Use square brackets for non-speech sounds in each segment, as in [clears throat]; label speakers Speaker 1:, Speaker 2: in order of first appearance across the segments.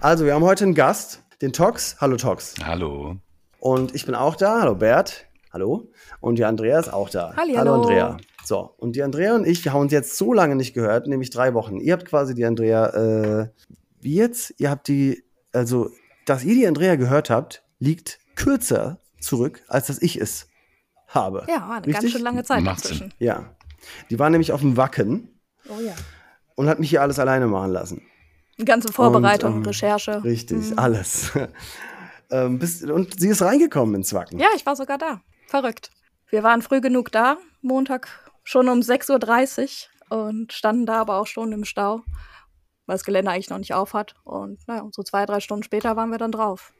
Speaker 1: Also, wir haben heute einen Gast, den Tox. Hallo, Tox.
Speaker 2: Hallo.
Speaker 1: Und ich bin auch da. Hallo, Bert. Hallo. Und die Andrea ist auch da.
Speaker 3: Halli,
Speaker 1: hallo,
Speaker 3: hallo.
Speaker 1: Andrea. So, und die Andrea und ich, wir haben uns jetzt so lange nicht gehört, nämlich drei Wochen. Ihr habt quasi die Andrea, äh, wie jetzt? Ihr habt die, also, dass ihr die Andrea gehört habt, liegt kürzer zurück, als dass ich es habe.
Speaker 3: Ja, war eine ganz
Speaker 1: Richtig?
Speaker 3: schön lange Zeit
Speaker 2: Macht
Speaker 3: dazwischen.
Speaker 1: Ja. Die war nämlich auf dem Wacken
Speaker 3: Oh ja.
Speaker 1: und hat mich hier alles alleine machen lassen.
Speaker 3: Die ganze Vorbereitung,
Speaker 1: Und, ähm,
Speaker 3: Recherche. Mhm.
Speaker 1: Richtig, alles. [laughs] ähm, bist, und sie ist reingekommen ins Wacken.
Speaker 3: Ja, ich war sogar da. Verrückt. Wir waren früh genug da, Montag schon um 6.30 Uhr und standen da aber auch schon im Stau, weil das Gelände eigentlich noch nicht auf hat. Und naja, so zwei, drei Stunden später waren wir dann drauf.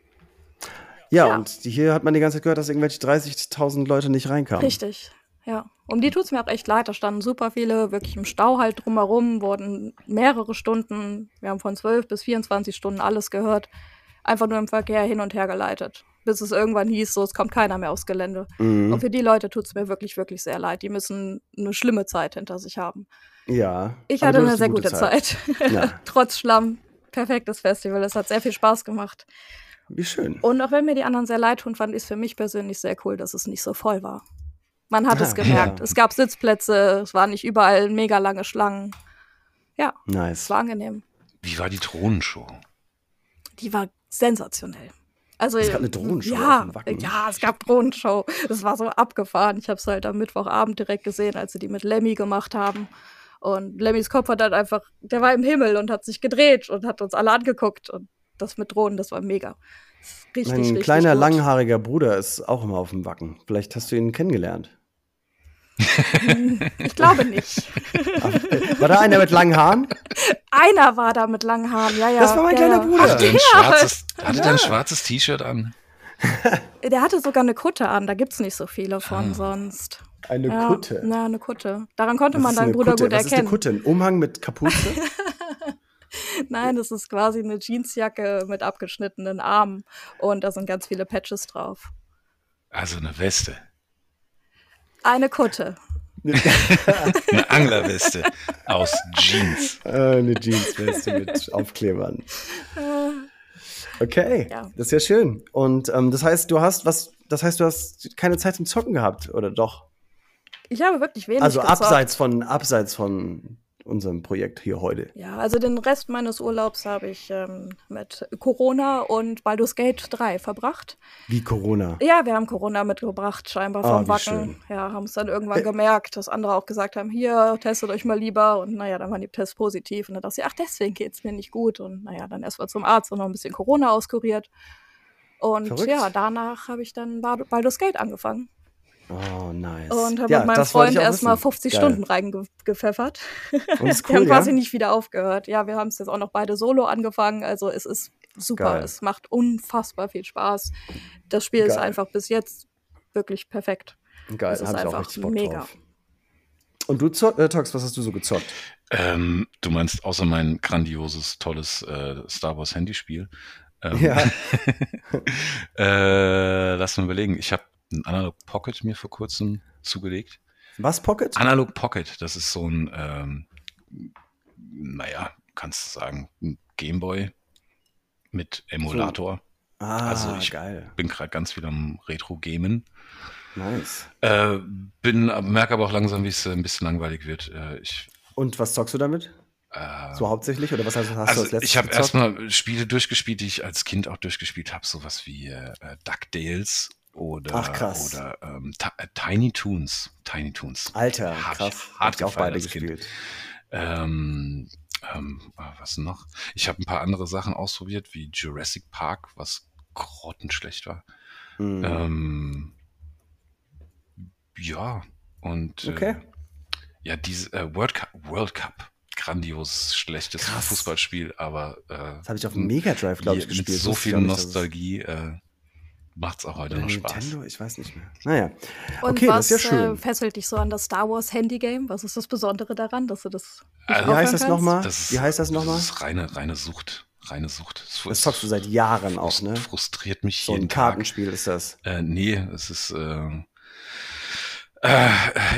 Speaker 1: Ja,
Speaker 3: Ja.
Speaker 1: und die, hier hat man die ganze Zeit gehört, dass irgendwelche 30.000 Leute nicht reinkamen.
Speaker 3: Richtig, ja. Um die tut's mir auch echt leid. Da standen super viele, wirklich im Stau halt drumherum, wurden mehrere Stunden, wir haben von 12 bis 24 Stunden alles gehört, einfach nur im Verkehr hin und her geleitet. Bis es irgendwann hieß, so, es kommt keiner mehr aufs Gelände. Und
Speaker 1: Mhm.
Speaker 3: für die Leute tut's mir wirklich, wirklich sehr leid. Die müssen eine schlimme Zeit hinter sich haben.
Speaker 1: Ja.
Speaker 3: Ich
Speaker 1: Aber
Speaker 3: hatte
Speaker 1: du
Speaker 3: eine
Speaker 1: hattest
Speaker 3: sehr gute Zeit.
Speaker 1: Ja.
Speaker 3: [laughs] Trotz Schlamm. Perfektes Festival. Es hat sehr viel Spaß gemacht.
Speaker 1: Wie schön.
Speaker 3: Und auch wenn mir die anderen sehr leid tun, fand ich es für mich persönlich sehr cool, dass es nicht so voll war. Man hat
Speaker 1: Ah,
Speaker 3: es gemerkt.
Speaker 1: ja.
Speaker 3: Es gab Sitzplätze, es waren nicht überall mega lange Schlangen. Ja, es
Speaker 1: Nice.
Speaker 3: war angenehm.
Speaker 2: Wie war die Thronenshow?
Speaker 3: Die war sensationell. Also,
Speaker 1: Es gab eine Drohnenshow auf
Speaker 3: Ja,
Speaker 1: dem Wacken.
Speaker 3: ja, es gab Drohnenshow. Das war so abgefahren. Ich habe es halt am Mittwochabend direkt gesehen, als sie die mit Lemmy gemacht haben. Und Lemmys Kopf hat halt einfach, der war im Himmel und hat sich gedreht und hat uns alle angeguckt. Und das mit Drohnen, das war mega. Richtig,
Speaker 1: Mein
Speaker 3: richtig
Speaker 1: kleiner,
Speaker 3: gut.
Speaker 1: [laughs] langhaariger Bruder ist auch immer auf dem Wacken. Vielleicht hast du ihn kennengelernt.
Speaker 3: [laughs] Ich glaube nicht.
Speaker 1: War da einer mit langen Haaren?
Speaker 3: Einer war da mit langen Haaren, [laughs] ja, ja.
Speaker 1: Das war mein
Speaker 3: ja,
Speaker 1: kleiner
Speaker 3: ja.
Speaker 1: Bruder.
Speaker 2: Hatte der ein schwarzes, hatte der ein schwarzes T-Shirt an?
Speaker 3: Der hatte sogar eine Kutte an, da gibt's nicht so viele von sonst.
Speaker 1: Ah. Eine
Speaker 3: ja, Na, eine Kutte. Daran konnte
Speaker 1: Was
Speaker 3: man
Speaker 1: ist eine
Speaker 3: deinen Bruder
Speaker 1: Kutte?
Speaker 3: gut
Speaker 1: Was ist eine
Speaker 3: erkennen.
Speaker 1: Kutte? Ein Umhang mit
Speaker 3: [laughs]
Speaker 1: Kapuze?
Speaker 3: Nein, das ist quasi eine Jeansjacke mit abgeschnittenen Armen und da sind ganz viele Patches drauf.
Speaker 2: Also eine Weste.
Speaker 3: Eine Kutte.
Speaker 2: Eine
Speaker 3: [laughs]
Speaker 2: Anglerweste aus Jeans.
Speaker 1: Äh, eine Jeansweste
Speaker 3: [laughs]
Speaker 1: mit Aufklebern. Okay,
Speaker 3: Ah. Ja.
Speaker 1: das ist ja schön. Und ähm, das heißt, du hast was, das heißt, du hast keine Zeit zum Zocken gehabt, oder doch?
Speaker 3: Ich habe wirklich wenig
Speaker 1: Also
Speaker 3: gezockt.
Speaker 1: abseits von, abseits von unserem Projekt hier heute.
Speaker 3: Ja, also den Rest meines Urlaubs habe ich ähm, mit Corona und Baldur's Gate 3 verbracht.
Speaker 1: Wie Corona.
Speaker 3: Ja, wir haben Corona mitgebracht, scheinbar
Speaker 1: Ah,
Speaker 3: vom
Speaker 1: wie Äh.
Speaker 3: Wacken. Ja, haben es dann irgendwann gemerkt, dass andere auch gesagt haben, hier, testet euch mal lieber. Und naja, dann waren die Tests positiv. Und dann dachte ich, ach, deswegen geht's mir nicht gut. Und naja, dann erst mal zum Arzt und noch ein bisschen Corona auskuriert. Und
Speaker 1: Verrückt.
Speaker 3: ja, danach habe ich dann Bad- Baldur's Gate angefangen
Speaker 1: Oh, nice.
Speaker 3: und habe
Speaker 1: Ja,
Speaker 3: mit meinem
Speaker 1: das wollte
Speaker 3: Freund
Speaker 1: ich auch
Speaker 3: erstmal
Speaker 1: wissen.
Speaker 3: 50
Speaker 1: Geil.
Speaker 3: Stunden reingepfeffert.
Speaker 1: Und ist
Speaker 3: [laughs] wir haben
Speaker 1: cool,
Speaker 3: quasi
Speaker 1: ja?
Speaker 3: nicht wieder aufgehört. Ja, wir haben es jetzt auch noch beide solo angefangen. Also es ist super.
Speaker 1: Geil.
Speaker 3: Es macht unfassbar viel Spaß. Das Spiel ist
Speaker 1: Geil.
Speaker 3: einfach bis jetzt wirklich perfekt.
Speaker 1: Geil,
Speaker 3: Das ist
Speaker 1: habe ich auch
Speaker 3: einfach
Speaker 1: richtig Bock
Speaker 3: mega.
Speaker 1: drauf. Und du, Zo- äh, Tox, was hast du so gezockt?
Speaker 2: Ähm, du meinst außer mein grandioses, tolles äh, Star Wars Handyspiel. Ähm,
Speaker 1: Ja.
Speaker 2: [laughs] äh, lass mal überlegen. Ich habe einen Analog Pocket mir vor kurzem zugelegt.
Speaker 1: Was, Pocket?
Speaker 2: Analog Pocket, das ist so ein, ähm, naja, kannst du sagen, ein Gameboy mit Emulator.
Speaker 1: Ah,
Speaker 2: also ich-
Speaker 1: geil.
Speaker 2: Bin gerade ganz viel am Retro-Gamen.
Speaker 1: Nice.
Speaker 2: Äh, bin, merke aber auch langsam, wie es äh, ein bisschen langweilig wird. Äh, ich,
Speaker 1: Und was zockst du damit?
Speaker 2: äh,
Speaker 1: So hauptsächlich? Oder was hast, hast du als
Speaker 2: also
Speaker 1: letztes
Speaker 2: ich habe
Speaker 1: gezockt?
Speaker 2: erstmal Spiele durchgespielt, die ich als Kind auch durchgespielt habe, sowas wie äh, äh, DuckTales oder,
Speaker 1: Ach, krass.
Speaker 2: oder ähm, Ti- äh, Tiny Toons. Tiny Toons.
Speaker 1: Alter,
Speaker 2: Hab ich
Speaker 1: krass.
Speaker 2: hart
Speaker 1: Hab ich auch
Speaker 2: gefeiert
Speaker 1: beide
Speaker 2: als Kind.
Speaker 1: gespielt.
Speaker 2: Ähm, ähm, ah, was noch? Ich habe ein paar andere Sachen ausprobiert, wie Jurassic Park, was grottenschlecht war.
Speaker 1: Hm.
Speaker 2: Ähm, ja, und
Speaker 1: Okay.
Speaker 2: äh, ja, diese äh, World Cup, World Cup, grandios schlechtes
Speaker 1: Krass.
Speaker 2: Fußballspiel, aber äh,
Speaker 1: Das habe ich auf dem Mega Drive, glaube ich,
Speaker 2: mit
Speaker 1: gespielt.
Speaker 2: so
Speaker 1: Wusste ich
Speaker 2: viel
Speaker 1: auch nicht, dass es-
Speaker 2: Nostalgie äh, machtcht's auch heute
Speaker 1: Oder
Speaker 2: noch Spaß.
Speaker 1: Nintendo, ich weiß nicht mehr. Naja.
Speaker 3: Und
Speaker 1: okay,
Speaker 3: was
Speaker 1: das ist ja
Speaker 3: Äh,
Speaker 1: schön.
Speaker 3: fesselt dich so an das Star Wars Handy Game? Was ist das Besondere daran, dass du das nicht
Speaker 1: Äh,
Speaker 2: Also-
Speaker 3: aufhören
Speaker 1: Wie heißt das
Speaker 3: kannst?
Speaker 1: nochmal?
Speaker 2: Das ist,
Speaker 1: Wie heißt das nochmal?
Speaker 2: Das ist reine, reine Sucht. Reine Sucht. Es-
Speaker 1: Das
Speaker 2: es
Speaker 1: zockst du seit Jahren auch, ne?
Speaker 2: Frustriert mich
Speaker 1: So ein
Speaker 2: jeden Tag.
Speaker 1: Kartenspiel ist das.
Speaker 2: Äh, nee, es ist. Äh, äh,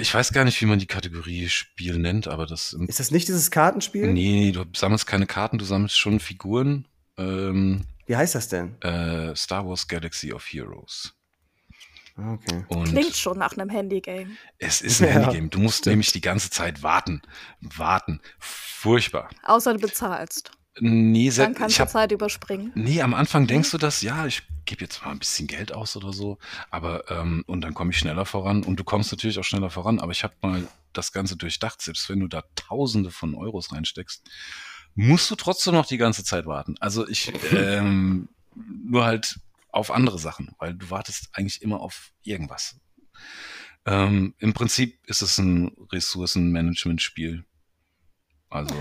Speaker 2: ich weiß gar nicht, wie man die Kategorie Spiel nennt, aber das. Im,
Speaker 3: Hm?
Speaker 1: Ist das nicht dieses Kartenspiel?
Speaker 2: nee, du sammelst keine Karten, du sammelst schon Figuren ähm,
Speaker 1: Wie heißt das denn?
Speaker 2: äh, Star Wars Galaxy of Heroes.
Speaker 1: Ah, Okay.
Speaker 2: Und
Speaker 3: Klingt schon nach einem Handygame.
Speaker 2: es ist
Speaker 3: [laughs]
Speaker 2: ein
Speaker 1: Ja.
Speaker 2: Handygame. Du musst nämlich die ganze Zeit warten. Warten. Furchtbar.
Speaker 3: Außer du bezahlst.
Speaker 2: Nee, se-
Speaker 3: Dann kannst
Speaker 2: ich
Speaker 3: du
Speaker 2: hab,
Speaker 3: Zeit überspringen.
Speaker 2: nee, am Anfang denkst du
Speaker 3: Mhm.
Speaker 2: das, ja, ich gebe jetzt mal ein bisschen Geld aus oder so, aber ähm, und dann komme ich schneller voran und du kommst natürlich auch schneller voran, aber ich habe mal das Ganze durchdacht, selbst wenn du da Tausende von Euros reinsteckst, musst du trotzdem noch die ganze Zeit warten. Also
Speaker 3: [laughs]
Speaker 2: ich, ähm, nur halt auf andere Sachen, weil du wartest eigentlich immer auf irgendwas. Ähm, Im Prinzip ist es ein Ressourcenmanagement-Spiel. Also,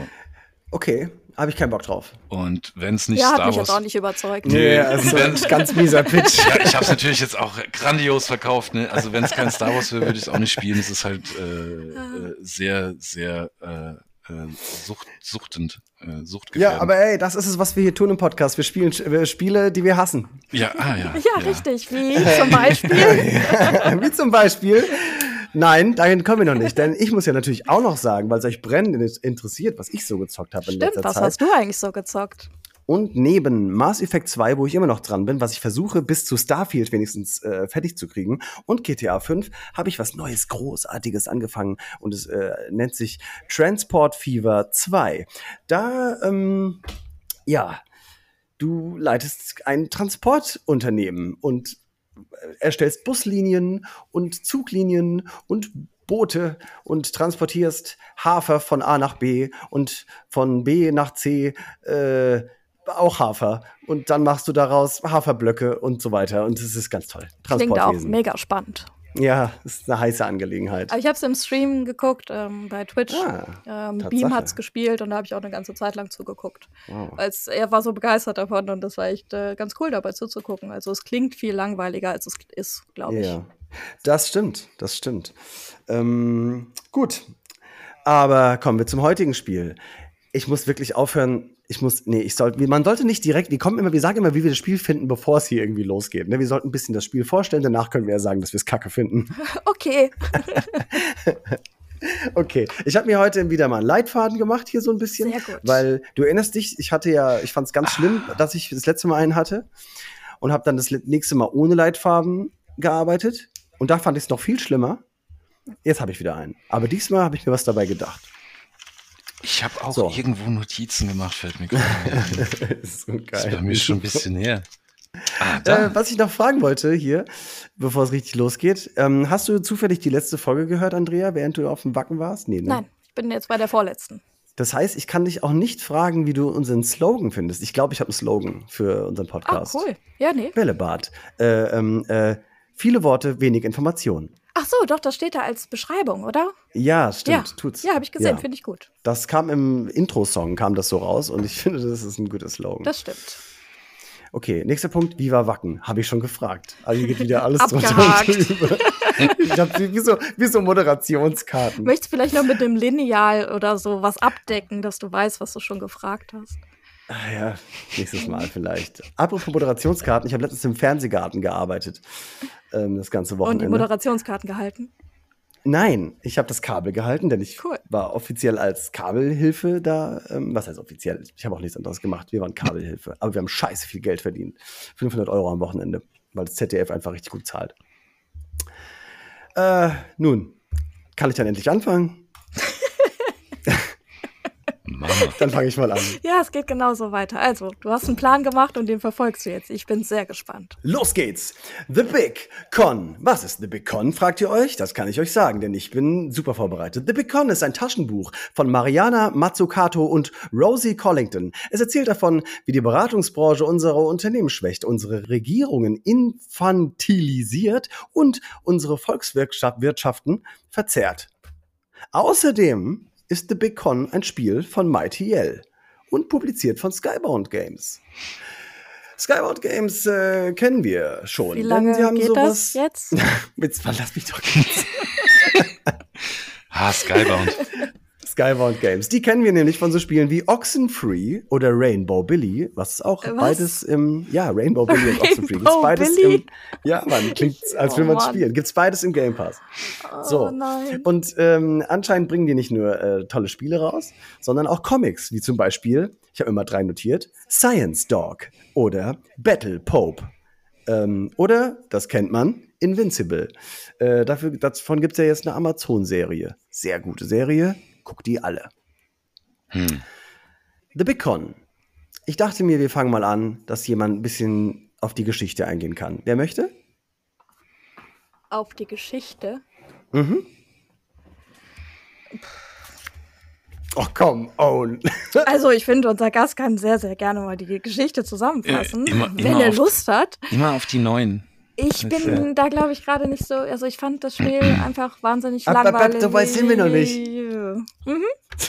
Speaker 1: Okay, habe ich keinen Bock drauf.
Speaker 2: und wenn es nicht
Speaker 3: ja, hat
Speaker 2: Star
Speaker 3: mich
Speaker 2: Wars
Speaker 3: jetzt auch nicht überzeugt.
Speaker 2: Nee,
Speaker 1: also
Speaker 2: [laughs]
Speaker 1: ein ganz mieser Pitch.
Speaker 2: Ja, ich habe es natürlich jetzt auch grandios verkauft. Ne? Also wenn es kein Star Wars wäre, würde ich es auch nicht spielen. Es ist halt äh, äh, sehr, sehr äh, äh, sucht, suchtend, äh, suchtgefährdend.
Speaker 1: Ja, aber ey, das ist es, was wir hier tun im Podcast. Wir spielen Sch- äh, Spiele, die wir hassen.
Speaker 2: ja, ah, ja,
Speaker 3: Ja,
Speaker 1: [laughs]
Speaker 3: richtig. Wie zum Beispiel.
Speaker 1: Wie zum Beispiel. Nein, dahin kommen wir noch nicht, denn ich muss ja natürlich auch noch sagen, weil es euch brennend interessiert, was ich so gezockt habe in
Speaker 3: Stimmt,
Speaker 1: letzter
Speaker 3: was
Speaker 1: Zeit.
Speaker 3: hast du eigentlich so gezockt?
Speaker 1: Und neben Mass Effect 2, wo ich immer noch dran bin, was ich versuche, bis zu Starfield wenigstens äh, fertig zu kriegen, und GTA 5, habe ich was Neues, Großartiges angefangen. Und es äh, nennt sich Transport Fever 2. Da, ähm, ja, du leitest ein Transportunternehmen und äh, erstellst Buslinien und Zuglinien und Boote und transportierst Hafer von A nach B und von B nach C äh, auch Hafer. Und dann machst du daraus Haferblöcke und so weiter. Und es ist ganz toll.
Speaker 3: Klingt auch
Speaker 1: Transportwesen.
Speaker 3: mega spannend.
Speaker 1: ja, ist eine heiße Angelegenheit.
Speaker 3: Aber ich habe es im Stream geguckt, ähm, bei Twitch.
Speaker 1: Ah,
Speaker 3: ähm,
Speaker 1: Tatsache.
Speaker 3: Beam hat es gespielt und da habe ich auch eine ganze Zeit lang zugeguckt.
Speaker 1: wow.
Speaker 3: Weil's, er war so begeistert davon und das war echt äh, ganz cool dabei zuzugucken. Also es klingt viel langweiliger, als es ist, glaube ich.
Speaker 1: Ja, das stimmt, das stimmt. Ähm, gut, aber kommen wir zum heutigen Spiel. Ich muss wirklich aufhören. Ich muss, nee, ich sollte, man sollte nicht direkt, wir kommen immer, wir sagen immer, wie wir das Spiel finden, bevor es hier irgendwie losgeht. Ne? Wir sollten ein bisschen das Spiel vorstellen, danach können wir ja sagen, dass wir es kacke finden.
Speaker 3: [laughs] [laughs] Okay,
Speaker 1: Okay, ich habe mir heute wieder mal einen Leitfaden gemacht hier so ein bisschen,
Speaker 3: Sehr gut.
Speaker 1: weil du erinnerst dich, ich hatte ja, ich fand es ganz schlimm, dass ich das letzte Mal einen hatte und habe dann das le- nächste Mal ohne Leitfaden gearbeitet und da fand ich es noch viel schlimmer. Jetzt habe ich wieder einen, aber diesmal habe ich mir was dabei gedacht. [laughs]
Speaker 2: Ich habe auch
Speaker 1: So.
Speaker 2: irgendwo Notizen gemacht, fällt mir gerade
Speaker 1: [laughs]
Speaker 2: ein.
Speaker 1: ist so geil.
Speaker 2: Das ist bei mir schon ein bisschen her. Ah, da.
Speaker 1: Äh, was ich noch fragen wollte hier, bevor es richtig losgeht, ähm, hast du zufällig die letzte Folge gehört, Andrea, während du auf dem Wacken warst? Nee, ne?
Speaker 3: nein, ich bin jetzt bei der vorletzten.
Speaker 1: Das heißt, ich kann dich auch nicht fragen, wie du unseren Slogan findest. Ich glaube, ich habe einen Slogan für unseren
Speaker 3: Ah,
Speaker 1: Podcast.
Speaker 3: cool. Ja, nee.
Speaker 1: Bällebad. Äh, ähm, äh, viele Worte, wenig Informationen.
Speaker 3: Ach so, doch, das steht da als Beschreibung, oder?
Speaker 1: Ja, stimmt,
Speaker 3: ja,
Speaker 1: tut's.
Speaker 3: Ja, habe ich gesehen,
Speaker 1: Ja.
Speaker 3: finde ich gut.
Speaker 1: Das kam im Intro-Song, kam das so raus und ich [laughs] finde, das ist ein gutes Slogan.
Speaker 3: Das stimmt.
Speaker 1: Mhm. okay, nächster Punkt, Viva Wacken, habe ich schon gefragt. Also hier geht wieder alles drunter
Speaker 3: [laughs] Abgehakt.
Speaker 1: und drüber. [laughs] ich hab wie, wie, so, wie so Moderationskarten.
Speaker 3: Möchtest du vielleicht noch mit einem Lineal oder so was abdecken, dass du weißt, was du schon gefragt hast?
Speaker 1: Ah Ja, nächstes Mal vielleicht. Apropos Moderationskarten, ich habe letztens im Fernsehgarten gearbeitet. Ähm, das ganze
Speaker 3: Und die
Speaker 1: Wochenende.
Speaker 3: Moderationskarten gehalten?
Speaker 1: Nein, ich habe das Kabel gehalten, denn ich
Speaker 3: Cool.
Speaker 1: war offiziell als Kabelhilfe da. Ähm, was heißt offiziell? Ich habe auch nichts anderes gemacht. Wir waren Kabelhilfe. Aber wir haben scheiße viel Geld verdient. 500 Euro am Wochenende, weil das ZDF einfach richtig gut zahlt. Äh, nun, kann ich dann endlich anfangen?
Speaker 2: Mama.
Speaker 1: Dann fange ich mal an.
Speaker 3: Ja, es geht genauso weiter. Also, du hast einen Plan gemacht und den verfolgst du jetzt. Ich bin sehr gespannt.
Speaker 1: Los geht's! The Big Con. Was ist The Big Con, fragt ihr euch? Das kann ich euch sagen, denn ich bin super vorbereitet. The Big Con ist ein Taschenbuch von Mariana Mazzucato und Rosie Collington. Es erzählt davon, wie die Beratungsbranche unsere Unternehmen schwächt, unsere Regierungen infantilisiert und unsere Volkswirtschaften verzerrt. Außerdem ist The Big Con ein Spiel von Mighty L und publiziert von Skybound Games. Skybound Games äh, kennen wir schon.
Speaker 3: Wie
Speaker 1: denn
Speaker 3: lange
Speaker 1: sie haben
Speaker 3: geht
Speaker 1: sowas
Speaker 3: das jetzt?
Speaker 1: [laughs] Jetzt verlass mich doch.
Speaker 2: Ah, Skybound.
Speaker 1: Skybound Games. Die kennen wir nämlich von so Spielen wie Oxenfree oder Rainbow Billy, was ist auch
Speaker 3: Was?
Speaker 1: beides im, ja, Rainbow Billy und Oxenfree. Gibt's
Speaker 3: Rainbow
Speaker 1: beides
Speaker 3: Billy?
Speaker 1: im, ja, Mann,
Speaker 3: [laughs]
Speaker 1: klingt, als will
Speaker 3: Oh,
Speaker 1: man
Speaker 3: Mann.
Speaker 1: spielen. Gibt's beides im Game Pass. So.
Speaker 3: Oh nein.
Speaker 1: Und ähm, anscheinend bringen die nicht nur äh, tolle Spiele raus, sondern auch Comics, wie zum Beispiel, ich habe immer drei notiert, Science Dog oder Battle Pope. Ähm, oder, das kennt man, Invincible. Äh, dafür, davon gibt es ja jetzt eine Amazon-Serie. Sehr gute Serie, guckt die alle.
Speaker 2: Hm.
Speaker 1: The Big Con. Ich dachte mir, wir fangen mal an, dass jemand ein bisschen auf die Geschichte eingehen kann. Wer möchte?
Speaker 3: Auf die Geschichte.
Speaker 1: Mhm. Oh, [laughs] komm, own.
Speaker 3: Also ich finde, unser Gast kann sehr, sehr gerne mal die Geschichte zusammenfassen,
Speaker 2: Äh, immer-
Speaker 3: wenn
Speaker 2: immer
Speaker 3: er
Speaker 2: auf-
Speaker 3: Lust hat.
Speaker 2: Immer auf die neuen. [clears throat]
Speaker 3: Ich
Speaker 2: Das ist
Speaker 3: bin da, glaube ich, gerade nicht so. Also ich fand
Speaker 2: [clears throat]
Speaker 3: das Spiel einfach wahnsinnig
Speaker 1: Ab, ab, ab,
Speaker 3: langweilig.
Speaker 1: so weit sind wir noch nicht.
Speaker 3: Mhm.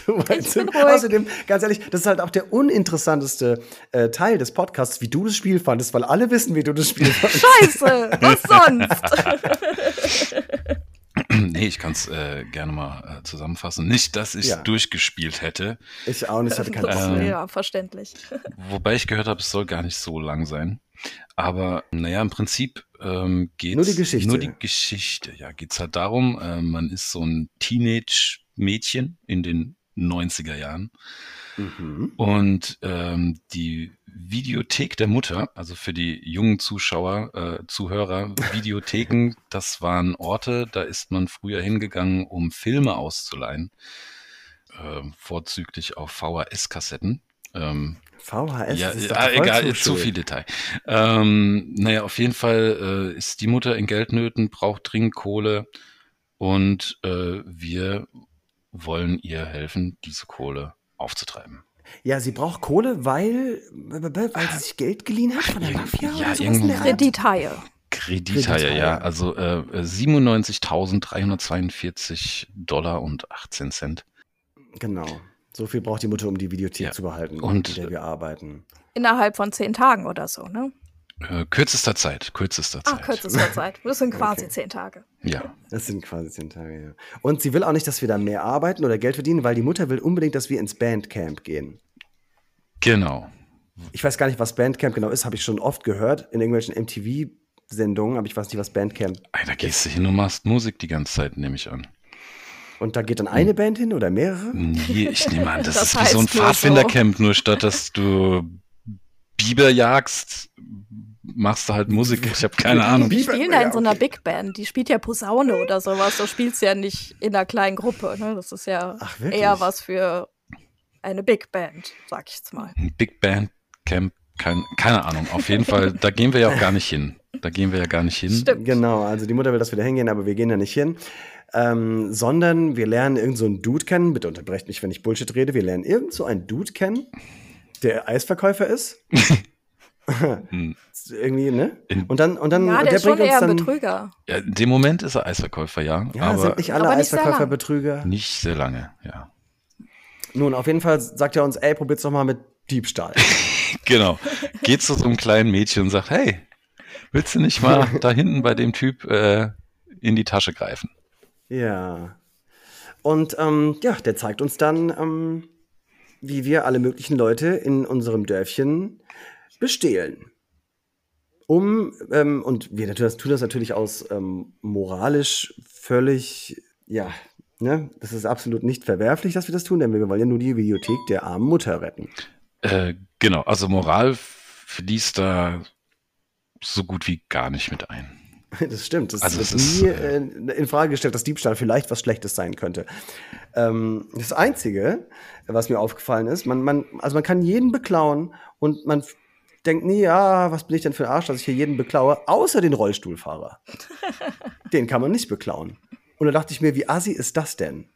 Speaker 1: Du meinst- [laughs]
Speaker 3: bin ruhig.
Speaker 1: Außerdem, ganz ehrlich, das ist halt auch der uninteressanteste äh, Teil des Podcasts, wie du das Spiel fandest, weil alle wissen, wie du das Spiel fandest.
Speaker 2: [laughs]
Speaker 3: Scheiße, was sonst?
Speaker 2: nee, ich kann es äh, gerne mal äh, zusammenfassen. Nicht, dass ich
Speaker 1: Ja.
Speaker 2: durchgespielt hätte,
Speaker 1: Ich auch nicht, ich hatte keinen Bock
Speaker 2: Ähm.
Speaker 1: mehr.
Speaker 3: ja, verständlich.
Speaker 2: wobei ich gehört habe, es soll gar nicht so lang sein. Aber naja, im Prinzip ähm, geht
Speaker 1: Nur die Geschichte.
Speaker 2: Nur die Geschichte, ja, geht's halt darum, äh, man ist so ein Teenage-Mädchen in den 90er Jahren.
Speaker 1: Mhm.
Speaker 2: Und ähm, die Videothek der Mutter, also für die jungen Zuschauer, äh, Zuhörer,
Speaker 1: [laughs]
Speaker 2: Videotheken, das waren Orte, da ist man früher hingegangen, um Filme auszuleihen, ähm, vorzüglich auf VHS-Kassetten. Ähm,
Speaker 1: VHS
Speaker 2: ja,
Speaker 1: das ist doch
Speaker 2: ja
Speaker 1: voll
Speaker 2: egal,
Speaker 1: zu
Speaker 2: zu, zu
Speaker 1: schön.
Speaker 2: viel Detail. Ähm, naja, auf jeden Fall äh, ist die Mutter in Geldnöten, braucht dringend Kohle und äh, wir wollen ihr helfen, diese Kohle aufzutreiben.
Speaker 1: Ja, sie braucht Kohle, weil, weil sie sich Geld geliehen hat von der Mafia
Speaker 2: Ja,
Speaker 1: oder sowas in
Speaker 2: irgendwo-
Speaker 1: der Art?
Speaker 3: Kredithaie.
Speaker 2: Kredithaie, ja. Also äh, 97.342 Dollar und 18 Cent.
Speaker 1: Genau. So viel braucht die Mutter, um die Videothek
Speaker 2: Ja.
Speaker 1: zu behalten,
Speaker 2: Und-
Speaker 1: in der wir arbeiten.
Speaker 3: Innerhalb von zehn Tagen oder so, ne?
Speaker 2: Äh, kürzester Zeit, kürzester
Speaker 3: Ah,
Speaker 2: Zeit.
Speaker 3: kürzester Zeit. Das
Speaker 2: [laughs]
Speaker 3: sind quasi
Speaker 1: Okay.
Speaker 3: zehn Tage.
Speaker 2: Ja,
Speaker 1: Das sind quasi zehn Tage, ja. Und sie will auch nicht, dass wir da mehr arbeiten oder Geld verdienen, weil die Mutter will unbedingt, dass wir ins Bandcamp gehen.
Speaker 2: genau.
Speaker 1: Ich weiß gar nicht, was Bandcamp genau ist, habe ich schon oft gehört in irgendwelchen MTV-Sendungen, aber ich weiß nicht, was Bandcamp.
Speaker 2: Ey, da gehst du hin und machst Musik die ganze Zeit, nehme ich an.
Speaker 1: Und da geht dann
Speaker 2: Hm.
Speaker 1: eine Band hin oder mehrere?
Speaker 2: Nee, ich nehme an, das,
Speaker 3: Das
Speaker 2: ist wie so ein
Speaker 3: heißt nur so.
Speaker 2: Pfadfindercamp, nur statt dass du Biber jagst, machst du halt Musik. Ich habe keine Ahnung.
Speaker 1: Wie-
Speaker 3: Die spielen da in
Speaker 1: Ja,
Speaker 3: so einer
Speaker 1: okay.
Speaker 3: Big Band. Die spielt ja Posaune oder sowas. Du spielst ja nicht in einer kleinen Gruppe. Ne? Das ist ja
Speaker 1: Ach, Ah, wirklich?
Speaker 3: eher was für eine Big Band, sag ich jetzt mal.
Speaker 2: Ein Big Band Camp, kein, keine Ahnung. Auf jeden Fall, da gehen wir ja auch gar nicht hin. Da gehen wir ja gar nicht hin.
Speaker 3: Stimmt.
Speaker 1: Genau, also die Mutter will, dass wir da hingehen, aber wir gehen da nicht hin. Ähm, sondern wir lernen irgendeinen so einen Dude kennen. Bitte unterbrecht mich, wenn ich Bullshit rede. Wir lernen irgendeinen so einen Dude kennen, der Eisverkäufer ist.
Speaker 2: Hm.
Speaker 1: Irgendwie, ne?
Speaker 2: In-
Speaker 1: Und dann, und dann
Speaker 3: ja, der, ist schon
Speaker 1: bringt uns
Speaker 3: eher ein
Speaker 1: dann.
Speaker 3: Betrüger.
Speaker 2: Ja, in dem Moment ist er Eisverkäufer, ja.
Speaker 1: Ja,
Speaker 2: aber
Speaker 1: sind nicht alle
Speaker 3: Aber nicht sehr
Speaker 1: Eisverkäufer
Speaker 3: lang.
Speaker 1: Betrüger.
Speaker 2: nicht sehr lange, ja.
Speaker 1: Nun, auf jeden Fall sagt er uns, ey, probiert's doch mal mit
Speaker 2: [laughs]
Speaker 1: Diebstahl.
Speaker 2: Genau. Geht zu so einem kleinen Mädchen und sagt, hey, willst du
Speaker 1: [laughs]
Speaker 2: nicht mal da hinten bei dem Typ äh, in die Tasche greifen?
Speaker 1: Ja. Und ähm, ja, der zeigt uns dann, ähm, wie wir alle möglichen Leute in unserem Dörfchen bestehlen. Um, ähm, und wir natürlich, das- tun das natürlich aus ähm, moralisch völlig, ja, ne, das ist absolut nicht verwerflich, dass wir das tun, denn wir wollen ja nur die Videothek der armen Mutter retten.
Speaker 2: Äh, genau, also Moral fließt da so gut wie gar nicht mit ein.
Speaker 1: [laughs] Das stimmt. Das
Speaker 2: Also
Speaker 1: wird
Speaker 2: es ist,
Speaker 1: nie
Speaker 2: äh,
Speaker 1: äh, in Frage gestellt, dass Diebstahl vielleicht was Schlechtes sein könnte. Ähm, das Einzige, was mir aufgefallen ist, man, man, also man kann jeden beklauen und man f- denkt nie, ja, was bin ich denn für ein Arsch, dass ich hier jeden beklaue, außer den
Speaker 2: [laughs]
Speaker 1: Rollstuhlfahrer. den kann man nicht beklauen. Und da dachte ich mir, wie assi ist das denn?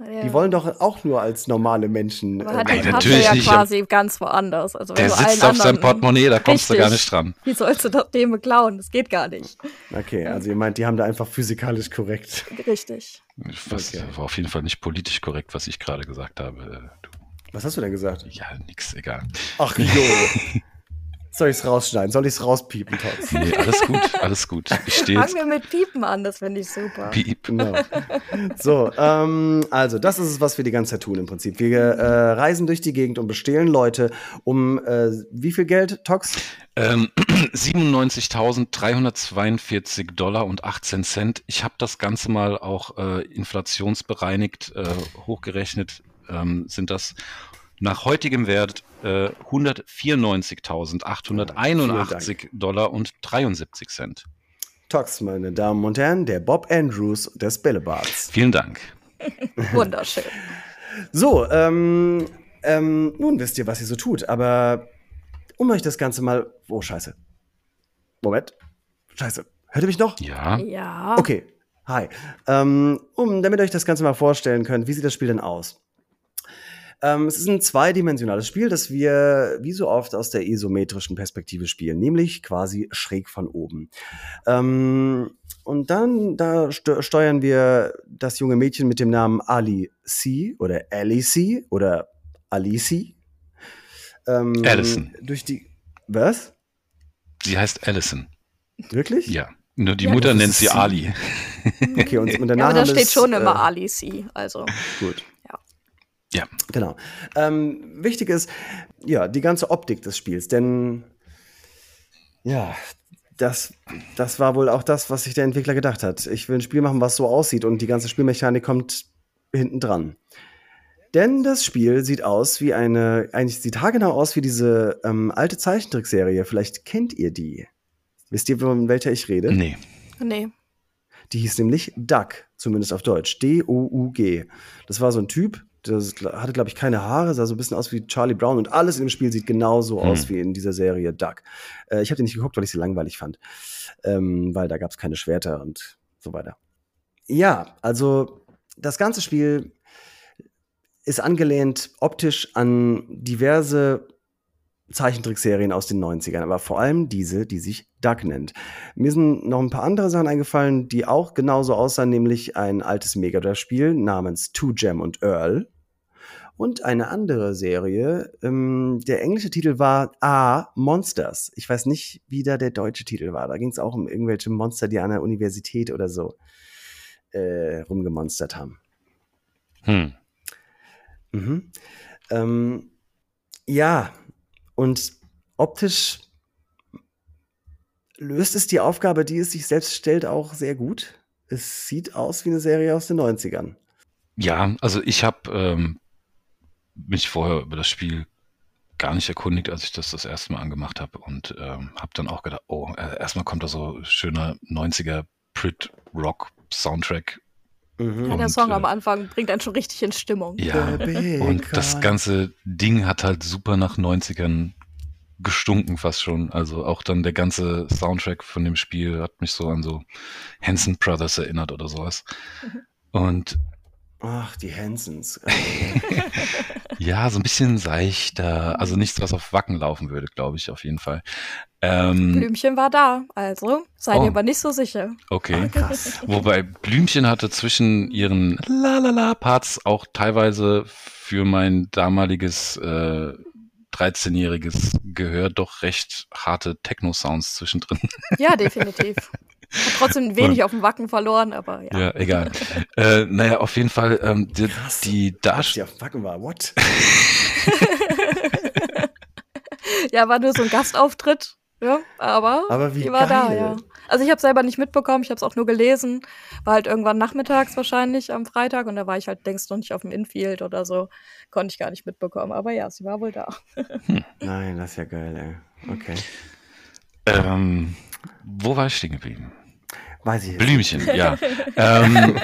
Speaker 3: Ja.
Speaker 1: Die wollen doch auch nur als normale Menschen.
Speaker 3: Aber
Speaker 1: äh,
Speaker 3: hat,
Speaker 2: Ey,
Speaker 3: den hat er
Speaker 2: natürlich
Speaker 3: ja
Speaker 2: nicht,
Speaker 3: quasi ganz woanders. Also
Speaker 2: Der
Speaker 3: wenn du
Speaker 2: sitzt
Speaker 3: allen
Speaker 2: auf seinem
Speaker 3: anderen-
Speaker 2: Portemonnaie, da kommst du
Speaker 3: Richtig.
Speaker 2: gar nicht dran.
Speaker 3: Wie sollst du das dem beklauen? Das geht gar nicht.
Speaker 1: okay, also ihr meint, die haben da einfach physikalisch korrekt.
Speaker 3: Richtig.
Speaker 2: Was,
Speaker 1: Okay.
Speaker 2: War auf jeden Fall nicht politisch korrekt, was ich gerade gesagt habe. Äh, Du,
Speaker 1: Was hast du denn gesagt?
Speaker 2: ja, nix, egal.
Speaker 1: Ach, jo. Soll ich es rausschneiden? Soll ich es rauspiepen, Tots?
Speaker 2: Nee, alles
Speaker 3: [laughs]
Speaker 2: gut, alles gut. Ich stehe
Speaker 3: Fangen
Speaker 2: jetzt.
Speaker 3: wir mit Piepen an, das finde ich super.
Speaker 2: Piep.
Speaker 1: Genau. So, ähm, also das ist es, was wir die ganze Zeit tun im Prinzip. Wir äh, reisen durch die Gegend und bestehlen Leute um äh, wie viel Geld, Tox?
Speaker 2: Ähm, [clears throat] 97.342 Dollar und 18 Cent. Ich habe das Ganze mal auch äh, inflationsbereinigt äh, hochgerechnet. Ähm, sind das nach heutigem Wert äh, 194.881 Dollar und 73 Cent.
Speaker 1: Tox, meine Damen und Herren, der Bob Andrews des Bällebads.
Speaker 2: Vielen Dank.
Speaker 3: Wunderschön.
Speaker 1: So, ähm, ähm, nun wisst ihr, was ihr so tut, aber um euch das Ganze mal. Oh, scheiße. Moment. Scheiße. Hört ihr mich noch?
Speaker 2: Ja.
Speaker 3: Ja.
Speaker 1: Okay. Hi. Ähm, um, damit ihr euch das Ganze mal vorstellen könnt, wie sieht das Spiel denn aus? Ähm, es ist ein zweidimensionales Spiel, das wir wie so oft aus der isometrischen Perspektive spielen, nämlich quasi schräg von oben. Ähm, und dann da ste- steuern wir das junge Mädchen mit dem Namen Ali C oder Alice oder Alice. Ähm,
Speaker 2: Allison.
Speaker 1: Durch die. Was?
Speaker 2: Sie heißt Allison.
Speaker 1: Wirklich?
Speaker 2: Ja. Nur die
Speaker 3: Ja,
Speaker 2: Mutter
Speaker 1: das
Speaker 2: nennt
Speaker 1: ist
Speaker 2: sie
Speaker 1: sie. [laughs]
Speaker 2: Ali.
Speaker 1: Okay, und, und der
Speaker 3: Ja, aber
Speaker 1: Name
Speaker 3: da steht
Speaker 1: ist,
Speaker 3: schon immer
Speaker 1: äh,
Speaker 3: Alice, also.
Speaker 1: Gut.
Speaker 3: Ja.
Speaker 2: Ja.
Speaker 1: Genau. Ähm, wichtig ist, ja, die ganze Optik des Spiels, denn ja, das, das war wohl auch das, was sich der Entwickler gedacht hat. Ich will ein Spiel machen, was so aussieht und die ganze Spielmechanik kommt hinten dran. Denn das Spiel sieht aus wie eine, eigentlich sieht haargenau aus wie diese ähm, alte Zeichentrickserie. Vielleicht kennt ihr die. Wisst ihr, von welcher ich rede?
Speaker 2: Nee.
Speaker 3: Nee.
Speaker 1: Die hieß nämlich Duck, zumindest auf Deutsch. D-O-U-G. Das war so ein Typ, der hatte, glaube ich, keine Haare, sah so ein bisschen aus wie Charlie Brown und alles in dem Spiel sieht genauso
Speaker 2: Hm.
Speaker 1: aus wie in dieser Serie Duck. Äh, ich habe die nicht geguckt, weil ich sie langweilig fand. Ähm, weil da gab es keine Schwerter und so weiter. Ja, also das ganze Spiel ist angelehnt optisch an diverse Zeichentrickserien aus den 90ern, aber vor allem diese, die sich Duck nennt. Mir sind noch ein paar andere Sachen eingefallen, die auch genauso aussahen, nämlich ein altes Megadrive-Spiel namens Two Jam und Earl und eine andere Serie. Ähm, der englische Titel war A Monsters. Ich weiß nicht, wie da der deutsche Titel war. Da ging es auch um irgendwelche Monster, die an der Universität oder so äh, rumgemonstert haben.
Speaker 2: Hm.
Speaker 1: Mhm. Ähm, ja, und optisch löst es die Aufgabe, die es sich selbst stellt, auch sehr gut. Es sieht aus wie eine Serie aus den 90ern.
Speaker 2: Ja, also ich habe ähm, mich vorher über das Spiel gar nicht erkundigt, als ich das das erste Mal angemacht habe und ähm, habe dann auch gedacht, oh, äh, erstmal kommt da so schöner 90er Brit Rock Soundtrack.
Speaker 3: Ja,
Speaker 1: Mhm.
Speaker 3: der
Speaker 2: Und,
Speaker 3: Song
Speaker 2: äh,
Speaker 3: am Anfang bringt einen schon richtig in Stimmung.
Speaker 2: Ja, und das ganze Ding hat halt super nach 90ern gestunken fast schon. Also auch dann der ganze Soundtrack von dem Spiel hat mich so an so Hanson Brothers erinnert oder sowas. Und
Speaker 1: Ach, die
Speaker 2: [laughs]
Speaker 1: Hansons.
Speaker 2: Ja, so ein bisschen seichter. Also nichts, was auf Wacken laufen würde, glaube ich, auf jeden Fall. Ähm,
Speaker 3: Blümchen war da, also seid
Speaker 2: Oh.
Speaker 3: ihr aber nicht so sicher.
Speaker 1: Ah,
Speaker 2: okay.
Speaker 1: Krass.
Speaker 2: Wobei Blümchen hatte zwischen ihren Lalala-Parts auch teilweise für mein damaliges äh, 13-jähriges Gehör doch recht harte Techno-Sounds zwischendrin.
Speaker 3: Ja, definitiv. Hat trotzdem wenig auf dem Wacken verloren, aber ja.
Speaker 2: Ja, egal. äh, naja, auf jeden Fall, ähm, die,
Speaker 1: Krass.
Speaker 2: die
Speaker 1: Als
Speaker 2: Darstellung.
Speaker 1: die auf dem Wacken war. What?
Speaker 3: Ja, war nur so ein Gastauftritt. Ja, aber,
Speaker 1: Aber wie
Speaker 3: die war da,
Speaker 1: geil.
Speaker 3: ja. Also ich habe selber nicht mitbekommen, ich habe es auch nur gelesen. War halt irgendwann nachmittags wahrscheinlich am Freitag und da war ich halt längst noch nicht auf dem Infield oder so. Konnte ich gar nicht mitbekommen. Aber ja, sie war wohl da.
Speaker 1: Nein, das ist ja geil, ey. Okay.
Speaker 2: Ähm, wo war ich stehen geblieben?
Speaker 1: Weiß ich jetzt.
Speaker 2: Blümchen, ja. ähm,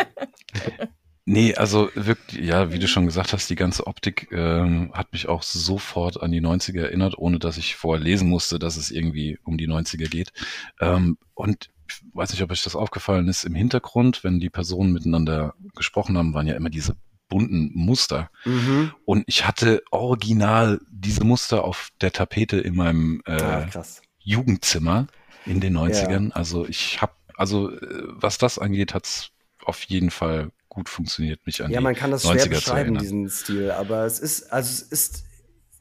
Speaker 2: nee, also wirklich, ja, wie du schon gesagt hast, die ganze Optik ähm, hat mich auch sofort an die 90er erinnert, ohne dass ich vorher lesen musste, dass es irgendwie um die 90er geht. Ähm, und ich weiß nicht, ob euch das aufgefallen ist, im Hintergrund, wenn die Personen miteinander gesprochen haben, waren ja immer diese bunten Muster.
Speaker 1: Mhm.
Speaker 2: Und ich hatte original diese Muster auf der Tapete in meinem äh,
Speaker 1: Ah, krass.
Speaker 2: Jugendzimmer in den 90ern. Also ich habe, also äh, was das angeht, hat's auf jeden Fall gut funktioniert, mich an
Speaker 1: Ja,
Speaker 2: die
Speaker 1: man kann das
Speaker 2: 90er
Speaker 1: schwer
Speaker 2: zu
Speaker 1: beschreiben,
Speaker 2: erinnern.
Speaker 1: diesen Stil, aber es ist, also es ist,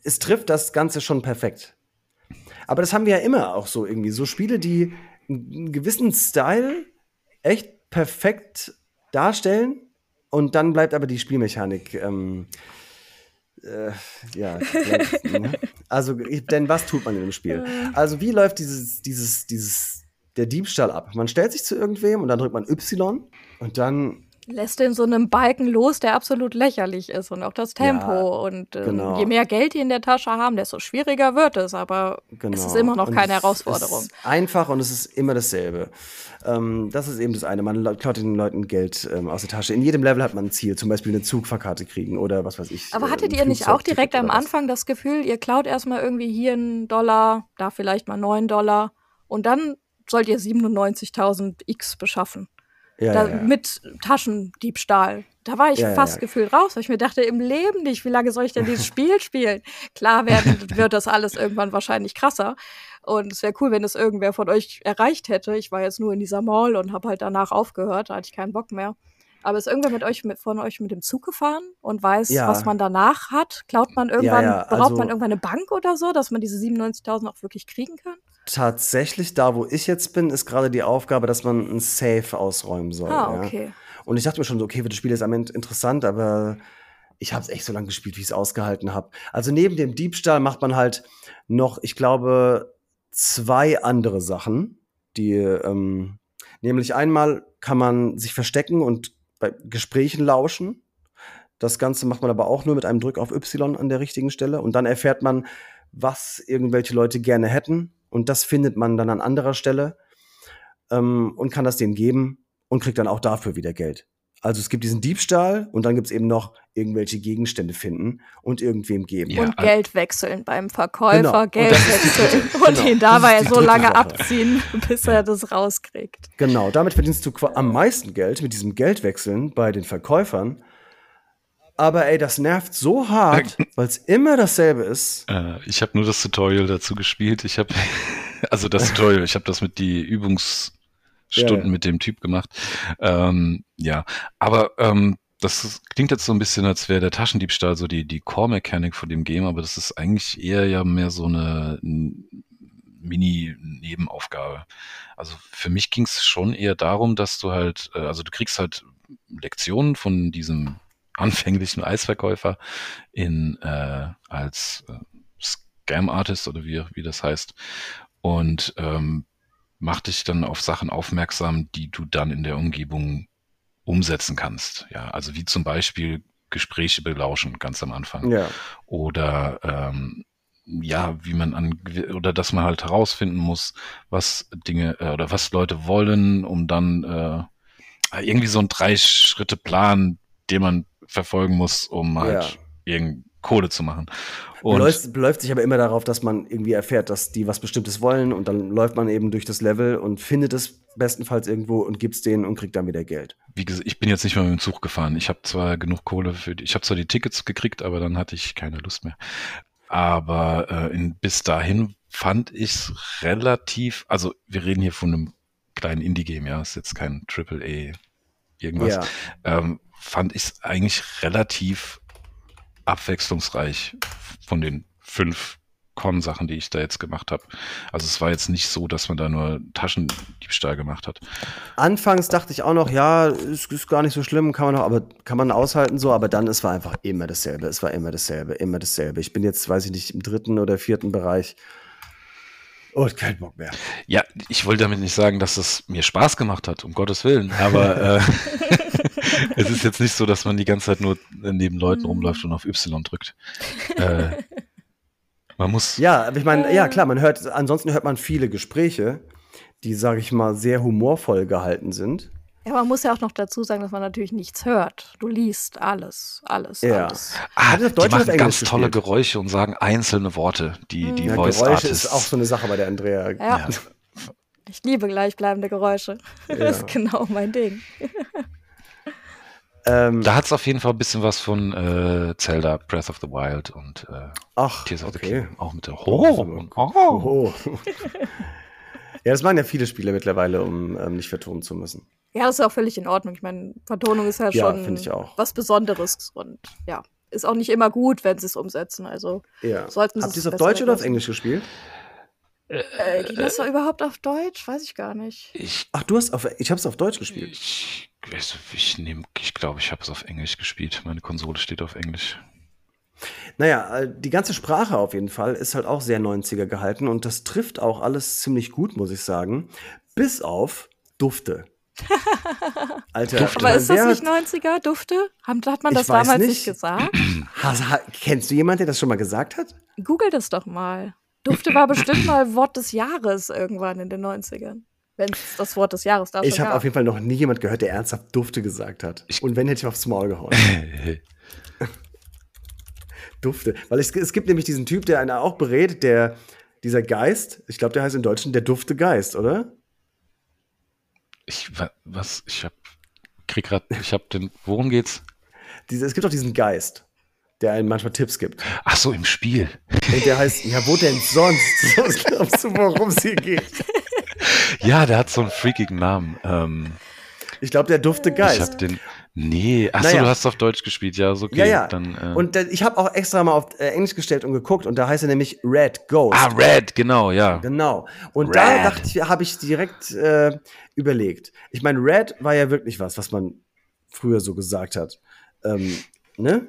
Speaker 1: es trifft das Ganze schon perfekt. Aber das haben wir ja immer auch so irgendwie. So Spiele, die einen gewissen Style echt perfekt darstellen und dann bleibt aber die Spielmechanik. Ähm, äh, ja, [laughs] gleich, ne? also, ich- denn was tut man in dem Spiel? Also, wie läuft dieses, dieses, dieses, der Diebstahl ab? Man stellt sich zu irgendwem und dann drückt man Y und dann
Speaker 3: lässt in so einem Balken los, der absolut lächerlich ist und auch das Tempo.
Speaker 1: Ja,
Speaker 3: und ähm,
Speaker 1: genau.
Speaker 3: je mehr Geld die in der Tasche haben, desto schwieriger wird es. Aber
Speaker 1: Genau.
Speaker 3: es ist immer noch
Speaker 1: Und
Speaker 3: keine
Speaker 1: es
Speaker 3: Herausforderung.
Speaker 1: Ist einfach und es ist immer dasselbe. Ähm, das ist eben das eine. Man le- klaut den Leuten Geld ähm, aus der Tasche. In jedem Level hat man ein Ziel, zum Beispiel eine Zugfahrkarte kriegen oder was weiß ich.
Speaker 3: Aber
Speaker 1: äh,
Speaker 3: hattet
Speaker 1: ein
Speaker 3: ihr nicht auch
Speaker 1: Flugzeugticket
Speaker 3: direkt am
Speaker 1: oder was.
Speaker 3: Anfang das Gefühl, ihr klaut erstmal irgendwie hier einen Dollar, da vielleicht mal neun Dollar und dann sollt ihr 97.000 X beschaffen?
Speaker 1: Ja,
Speaker 3: da,
Speaker 1: ja, ja.
Speaker 3: Mit Taschendiebstahl. Da war ich
Speaker 1: Ja, ja,
Speaker 3: fast
Speaker 1: ja.
Speaker 3: gefühlt raus, weil ich mir dachte, im Leben nicht, wie lange soll ich
Speaker 1: [laughs]
Speaker 3: denn dieses Spiel spielen? Klar werden, wird das alles irgendwann wahrscheinlich krasser. Und es wäre cool, wenn es irgendwer von euch erreicht hätte. Ich war jetzt nur in dieser Mall und habe halt danach aufgehört, da hatte ich keinen Bock mehr. Aber ist irgendwer mit euch, mit, von euch mit dem Zug gefahren und weiß,
Speaker 1: Ja.
Speaker 3: was man danach hat? Klaut man irgendwann,
Speaker 1: ja,
Speaker 3: beraubt
Speaker 1: also-
Speaker 3: man irgendwann eine Bank oder so, dass man diese 97.000 auch wirklich kriegen kann?
Speaker 1: Tatsächlich, da wo ich jetzt bin, ist gerade die Aufgabe, dass man ein Safe ausräumen soll.
Speaker 3: Ah,
Speaker 1: ja.
Speaker 3: okay.
Speaker 1: Und ich dachte mir schon so, okay, wird das Spiel jetzt am Ende interessant, aber ich habe es echt so lange gespielt, wie ich es ausgehalten habe. Also neben dem Diebstahl macht man halt noch, ich glaube, zwei andere Sachen, die ähm, nämlich einmal kann man sich verstecken und bei Gesprächen lauschen. Das Ganze macht man aber auch nur mit einem Druck auf Y an der richtigen Stelle und dann erfährt man, was irgendwelche Leute gerne hätten und das findet man dann an anderer Stelle ähm, und kann das denen geben und kriegt dann auch dafür wieder Geld. Also es gibt diesen Diebstahl und dann gibt es eben noch irgendwelche Gegenstände finden und irgendwem geben.
Speaker 2: Ja,
Speaker 3: und
Speaker 2: al-
Speaker 3: Geld wechseln beim Verkäufer,
Speaker 1: Genau. Und
Speaker 3: Geld
Speaker 1: das ist die
Speaker 3: wechseln
Speaker 1: dritte.
Speaker 3: und
Speaker 1: Genau.
Speaker 3: ihn dabei
Speaker 1: Das ist die
Speaker 3: so
Speaker 1: dritte
Speaker 3: lange
Speaker 1: Sache.
Speaker 3: abziehen, [laughs] bis er das rauskriegt.
Speaker 1: Genau, damit verdienst du qua- am meisten Geld mit diesem Geldwechseln bei den Verkäufern. Aber ey, das nervt so hart, weil es immer dasselbe ist.
Speaker 2: Äh, ich habe nur das Tutorial dazu gespielt. Ich habe, [laughs] also das Tutorial, ich habe das mit die Übungsstunden
Speaker 1: Ja, ja.
Speaker 2: mit dem Typ gemacht. Ähm, ja, aber ähm, das ist, klingt jetzt so ein bisschen, als wäre der Taschendiebstahl so die, die Core-Mechanik von dem Game, aber das ist eigentlich eher ja mehr so eine n- Mini-Nebenaufgabe. Also für mich ging es schon eher darum, dass du halt, äh, also du kriegst halt Lektionen von diesem [laughs] anfänglichen Eisverkäufer in äh, als äh, Scam Artist oder wie, wie das heißt. Und ähm, macht dich dann auf Sachen aufmerksam, die du dann in der Umgebung umsetzen kannst. Ja, also wie zum Beispiel Gespräche belauschen ganz am Anfang
Speaker 1: Ja,
Speaker 2: oder ähm, ja, wie man an oder dass man halt herausfinden muss, was Dinge äh, oder was Leute wollen, um dann äh, irgendwie so ein Drei-Schritte-Plan, den man verfolgen muss, um halt irgend Kohle zu machen. Und
Speaker 1: beläuft, beläuft sich aber immer darauf, dass man irgendwie erfährt, dass die was Bestimmtes wollen und dann läuft man eben durch das Level und findet es bestenfalls irgendwo und gibt's denen und kriegt dann wieder Geld.
Speaker 2: wie gesagt, ich bin jetzt nicht mal mit dem Zug gefahren. Ich habe zwar genug Kohle für die, ich habe zwar die Tickets gekriegt, aber dann hatte ich keine Lust mehr. Aber äh, in, bis dahin fand ich's relativ, also wir reden hier von einem kleinen Indie-Game, ja, ist jetzt kein Triple A irgendwas.
Speaker 1: Ja,
Speaker 2: Ähm, fand ich's eigentlich relativ abwechslungsreich von den fünf Con-Sachen, die ich da jetzt gemacht habe. Also es war jetzt nicht so, dass man da nur Taschendiebstahl gemacht hat.
Speaker 1: anfangs dachte ich auch noch, ja, ist, ist gar nicht so schlimm, kann man noch, aber kann man aushalten so, aber dann es war einfach immer dasselbe, es war immer dasselbe, immer dasselbe. Ich bin jetzt, weiß ich nicht, im dritten oder vierten Bereich. Und Oh, kein Bock mehr.
Speaker 2: Ja, ich wollte damit nicht sagen, dass es mir Spaß gemacht hat, um Gottes Willen. Aber äh, es ist jetzt nicht so, dass man die ganze Zeit nur neben Leuten
Speaker 3: Mhm.
Speaker 2: rumläuft und auf Y drückt. Äh, man muss.
Speaker 1: Ja, aber ich meine,
Speaker 3: Äh.
Speaker 1: ja klar, man hört, ansonsten hört man viele Gespräche, die, sage ich mal, sehr humorvoll gehalten sind.
Speaker 3: Ja, man muss ja auch noch dazu sagen, dass man natürlich nichts hört. Du liest alles, alles,
Speaker 1: Ja.
Speaker 3: alles.
Speaker 2: Ah,
Speaker 1: Hat es auf Deutsch
Speaker 2: die
Speaker 1: oder auf
Speaker 2: machen
Speaker 1: Englisch
Speaker 2: ganz tolle
Speaker 1: gespielt?
Speaker 2: Geräusche und sagen einzelne Worte, die die
Speaker 1: Ja,
Speaker 2: Voice
Speaker 1: Geräusche
Speaker 2: Artists.
Speaker 1: ist auch so eine Sache bei der Andrea.
Speaker 3: Ja. Ich liebe gleichbleibende Geräusche. [laughs] Das ist genau mein Ding.
Speaker 1: Ähm,
Speaker 2: Da hat es auf jeden Fall ein bisschen was von äh, Zelda, Breath of the Wild und äh,
Speaker 1: ach,
Speaker 2: Tears of the
Speaker 1: okay.
Speaker 2: Kingdom. Auch mit der
Speaker 1: ist
Speaker 2: Horror.
Speaker 1: aber-
Speaker 2: und Horror.
Speaker 1: Oh. ja, das machen ja viele Spiele mittlerweile, um ähm, nicht vertonen zu müssen.
Speaker 3: Ja, das ist auch völlig in Ordnung. Ich meine, Vertonung ist ja,
Speaker 1: Ja,
Speaker 3: schon
Speaker 1: finde ich auch.
Speaker 3: was Besonderes und ja, ist auch nicht immer gut, wenn sie es umsetzen. Also
Speaker 1: Ja.
Speaker 3: sollten sie
Speaker 1: Habt ihr es
Speaker 3: es
Speaker 1: auf
Speaker 3: besser
Speaker 1: Deutsch oder auf
Speaker 3: weglassen.
Speaker 1: Englisch gespielt?
Speaker 3: Äh, ging das doch überhaupt auf Deutsch? Weiß ich gar nicht.
Speaker 2: Ich,
Speaker 1: Ach, du hast auf, ich hab's auf Deutsch gespielt.
Speaker 2: ich, weiß nicht, ich nehme, ich glaube, ich habe es auf Englisch gespielt. Meine Konsole steht auf Englisch.
Speaker 3: [laughs] Hm.
Speaker 1: Naja, äh, die ganze Sprache auf jeden Fall ist halt auch sehr 90er gehalten und das trifft auch alles ziemlich gut, muss ich sagen. Bis auf
Speaker 3: [laughs]
Speaker 1: Dufte. Alter,
Speaker 2: Dufte.
Speaker 3: Aber
Speaker 1: man-
Speaker 3: ist das
Speaker 1: wer
Speaker 3: nicht
Speaker 1: hat-
Speaker 3: 90er, Dufte? Haben- Hat man
Speaker 1: Ich
Speaker 3: das
Speaker 1: weiß
Speaker 3: damals nicht
Speaker 1: nicht.
Speaker 3: gesagt?
Speaker 1: Has- ha- Kennst du jemanden, der das schon mal gesagt hat?
Speaker 3: Google das doch mal. Dufte war bestimmt mal Wort des Jahres irgendwann in den 90ern. Wenn es das Wort des Jahres da
Speaker 1: Ich
Speaker 3: schon
Speaker 1: habe auf
Speaker 3: gab.
Speaker 1: jeden Fall noch nie jemand gehört, der ernsthaft Dufte gesagt hat.
Speaker 2: Ich-
Speaker 1: Und wenn, hätte ich aufs Maul [laughs] gehauen.
Speaker 2: Ach
Speaker 1: Dufte. Weil es, es gibt nämlich diesen Typ, der einen auch berät, der, dieser Geist, ich glaube, der heißt im Deutschen der Dufte Geist, oder?
Speaker 2: Ich, wa- was, ich hab, krieg grad, ich hab den, worum geht's?
Speaker 1: Diese, es gibt auch diesen Geist, der einem manchmal Tipps gibt.
Speaker 2: Ach so, im Spiel.
Speaker 1: Und der heißt, ja, wo denn sonst? [laughs] Was glaubst du, worum es hier geht?
Speaker 2: Ja, der hat so einen freakigen Namen. Ähm,
Speaker 1: Ich glaube, der Dufte
Speaker 2: ich hab
Speaker 1: Geist.
Speaker 2: den, nee, ach so,
Speaker 1: Naja.
Speaker 2: du hast auf Deutsch gespielt, ja, so okay,
Speaker 1: Ja, ja.
Speaker 2: dann, äh,
Speaker 1: Und der, ich habe auch extra mal auf äh, Englisch gestellt und geguckt und da heißt er nämlich Red Ghost.
Speaker 2: ah, Red, genau, ja.
Speaker 1: Genau. Und da
Speaker 2: Red.
Speaker 1: dachte ich, habe ich direkt äh, überlegt. Ich meine, Red war ja wirklich was, was man früher so gesagt hat. Ähm, ne?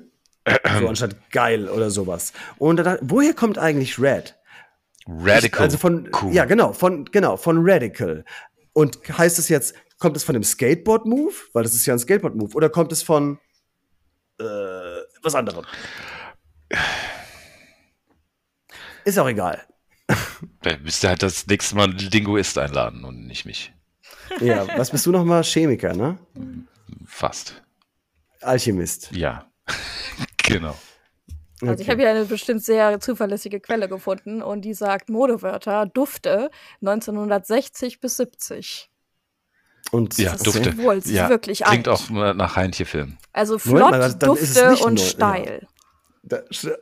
Speaker 1: So anstatt geil oder sowas. Und da dachte, woher kommt eigentlich Red?
Speaker 2: Radical.
Speaker 1: Also von
Speaker 2: cool.
Speaker 1: ja genau von genau von Radical. Und heißt es jetzt kommt es von dem Skateboard Move, weil das ist ja ein Skateboard Move, oder kommt es von äh, was anderem? Ist auch egal.
Speaker 2: Da müsst ihr halt das nächste Mal einen Linguist einladen und nicht mich.
Speaker 1: Ja, was bist du noch mal Chemiker, ne?
Speaker 2: Fast.
Speaker 1: Alchemist.
Speaker 2: Ja. [laughs] genau.
Speaker 3: Also ich habe hier eine bestimmt sehr zuverlässige Quelle gefunden und die sagt Modewörter Dufte 1960 bis 70.
Speaker 1: Und
Speaker 2: Ja,
Speaker 3: das
Speaker 2: Dufte.
Speaker 3: Ist wohl, es ist
Speaker 2: Ja,
Speaker 3: wirklich
Speaker 2: Klingt
Speaker 3: alt.
Speaker 2: auch mal nach Heintje-Film.
Speaker 3: Also
Speaker 1: Moment
Speaker 3: flott,
Speaker 1: mal, das- dann ist es
Speaker 3: Dufte
Speaker 1: nicht
Speaker 3: und
Speaker 1: neu, ja.
Speaker 3: steil.
Speaker 1: Da,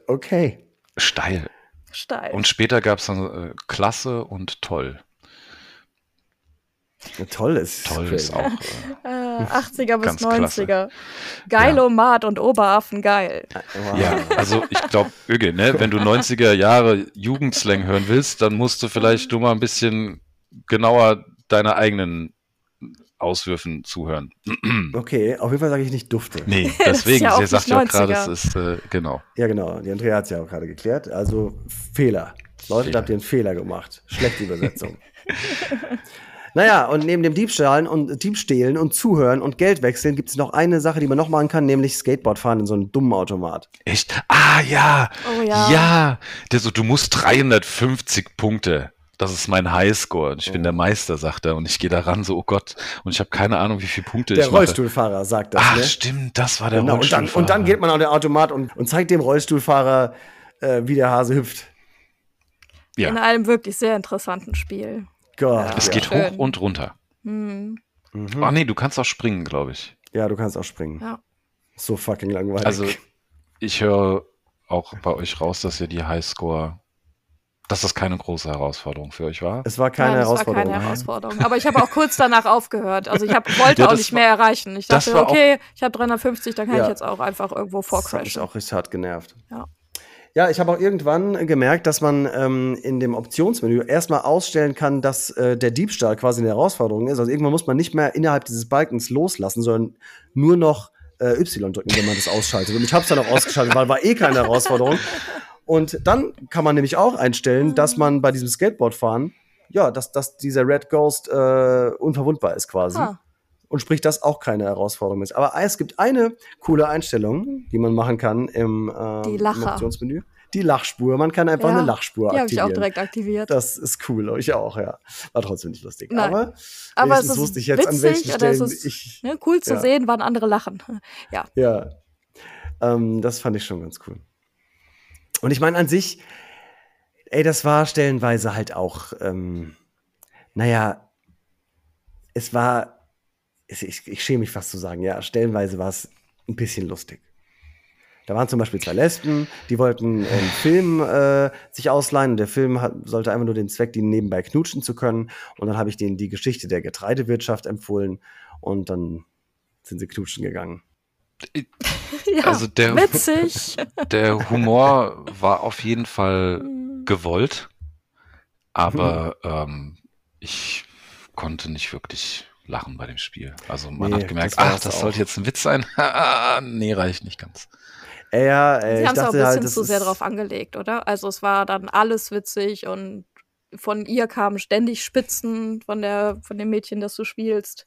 Speaker 1: okay.
Speaker 2: Steil.
Speaker 3: Steil.
Speaker 2: Und später gab es dann äh, Klasse und Toll.
Speaker 1: Ja, toll ist.
Speaker 2: Toll ist auch. Äh,
Speaker 3: äh, 80er bis
Speaker 2: Ganz klasse.
Speaker 3: 90er. Geilomat und Oberaffen geil.
Speaker 1: Wow.
Speaker 2: ja, also ich glaube, Öge, ne, wenn du 90er Jahre Jugendslang hören willst, dann musst du vielleicht du mal ein bisschen genauer deine eigenen Auswürfen zuhören. [clears throat]
Speaker 1: Okay, auf jeden Fall sage ich nicht Dufte.
Speaker 3: [laughs]
Speaker 2: Nee, deswegen,
Speaker 3: ja auch
Speaker 2: sie sagt
Speaker 3: nicht
Speaker 2: ja auch gerade, es
Speaker 3: 90er.
Speaker 2: ist, äh, genau.
Speaker 1: Ja, genau. Die Andrea hat es ja auch gerade geklärt. Also Fehler. Leute,
Speaker 2: Fehler.
Speaker 1: da habt ihr einen Fehler gemacht. Schlechte Übersetzung. [laughs] naja, und neben dem Diebstahlen und äh, Diebstehlen und Zuhören und Geld wechseln gibt es noch eine Sache, die man noch machen kann, nämlich Skateboard fahren in so einem dummen Automat.
Speaker 2: Echt? Ah, ja.
Speaker 3: Oh ja.
Speaker 2: Ja. Der so, du musst 350 Punkte. Das ist mein Highscore. Und ich bin der Meister, sagt er. Und ich gehe da ran, so, oh Gott. Und ich habe keine Ahnung, wie viele Punkte
Speaker 1: Der
Speaker 2: ich mache.
Speaker 1: Rollstuhlfahrer sagt das,
Speaker 2: Ach,
Speaker 1: ne?
Speaker 2: stimmt, das war der
Speaker 1: Genau, und, dann,
Speaker 2: Rollstuhlfahrer.
Speaker 1: und dann geht man an den Automat und, und zeigt dem Rollstuhlfahrer, äh, wie der Hase hüpft.
Speaker 2: Ja.
Speaker 3: In einem wirklich sehr interessanten Spiel.
Speaker 1: Gott.
Speaker 2: Es
Speaker 1: ja.
Speaker 2: geht
Speaker 3: Schön.
Speaker 2: hoch und runter.
Speaker 3: Hm.
Speaker 1: Mhm.
Speaker 2: Ach Ah, nee, du kannst auch springen, glaube ich.
Speaker 1: Ja, du kannst auch springen.
Speaker 3: Ja.
Speaker 1: So fucking langweilig.
Speaker 2: Also, ich höre auch bei euch raus, dass ihr die Highscore, dass das keine große Herausforderung für euch war.
Speaker 1: es war keine
Speaker 3: Nein, das war
Speaker 1: Herausforderung.
Speaker 3: keine Herausforderung. Aber ich habe auch kurz danach aufgehört. Also ich hab,
Speaker 1: [laughs]
Speaker 3: wollte
Speaker 2: Ja,
Speaker 3: auch
Speaker 2: das
Speaker 3: nicht
Speaker 2: war-
Speaker 3: mehr erreichen. Ich
Speaker 2: das
Speaker 3: dachte,
Speaker 2: war auch-
Speaker 3: okay, ich habe 350, dann kann
Speaker 1: Ja.
Speaker 3: ich jetzt auch einfach irgendwo
Speaker 1: Das hat mich
Speaker 3: vorcrashen.
Speaker 1: auch richtig hart genervt.
Speaker 3: Ja.
Speaker 1: Ja, ich habe auch irgendwann gemerkt, dass man ähm, in dem Optionsmenü erstmal ausstellen kann, dass äh, der Diebstahl quasi eine Herausforderung ist. Also irgendwann muss man nicht mehr innerhalb dieses Balkens loslassen, sondern nur noch äh, Y drücken, wenn man das ausschaltet. Und ich habe es dann auch ausgeschaltet, weil war eh keine Herausforderung. Und dann kann man nämlich auch einstellen, dass man bei diesem Skateboardfahren, ja, dass, dass dieser Red Ghost äh, unverwundbar ist quasi
Speaker 3: Ah,
Speaker 1: und sprich das auch keine Herausforderung ist. Aber es gibt eine coole Einstellung, die man machen kann im, äh,
Speaker 3: Die
Speaker 1: im
Speaker 3: Lacher.
Speaker 1: Optionsmenü. Die Lachspur. Man kann einfach
Speaker 3: Ja,
Speaker 1: eine Lachspur
Speaker 3: die habe ich auch
Speaker 1: aktivieren.
Speaker 3: direkt aktiviert.
Speaker 1: das ist cool, ich auch, ja. War trotzdem nicht lustig.
Speaker 3: Nein.
Speaker 1: Aber,
Speaker 3: Aber es
Speaker 1: wenigstens
Speaker 3: ist
Speaker 1: wusste ich jetzt, an
Speaker 3: witzig
Speaker 1: welchen
Speaker 3: oder es
Speaker 1: Stellen
Speaker 3: ist-
Speaker 1: ich.
Speaker 3: Ne, cool zu
Speaker 1: Ja.
Speaker 3: sehen, wann andere lachen. [laughs]
Speaker 1: Ja. Ähm, das fand ich schon ganz cool. Und ich meine, an sich, ey, das war stellenweise halt auch, ähm, naja, es war, es- ich, ich schäme mich fast zu sagen, ja, stellenweise war es ein bisschen lustig. Da waren zum Beispiel zwei Lesben, die wollten einen Film äh, sich ausleihen und der Film hat, sollte einfach nur den Zweck dienen, nebenbei knutschen zu können. Und dann habe ich denen die Geschichte der Getreidewirtschaft empfohlen und dann sind sie knutschen gegangen.
Speaker 3: ja,
Speaker 2: Also der- [laughs]
Speaker 3: witzig.
Speaker 2: Der Humor war auf jeden Fall gewollt, Aber
Speaker 1: Hm.
Speaker 2: ähm, ich konnte nicht wirklich lachen bei dem Spiel. Also man
Speaker 1: Nee,
Speaker 2: hat gemerkt,
Speaker 1: das war's
Speaker 2: ach, das
Speaker 1: auch.
Speaker 2: sollte jetzt ein Witz sein. [laughs] nee, reicht nicht ganz.
Speaker 1: Äh, ja, äh,
Speaker 3: Sie
Speaker 1: ich
Speaker 3: haben es
Speaker 1: dachte
Speaker 3: auch ein bisschen
Speaker 1: halt, das
Speaker 3: zu sehr
Speaker 1: ist-
Speaker 3: drauf angelegt, oder? Also es war dann alles witzig und von ihr kamen ständig Spitzen von der von dem Mädchen, das du spielst.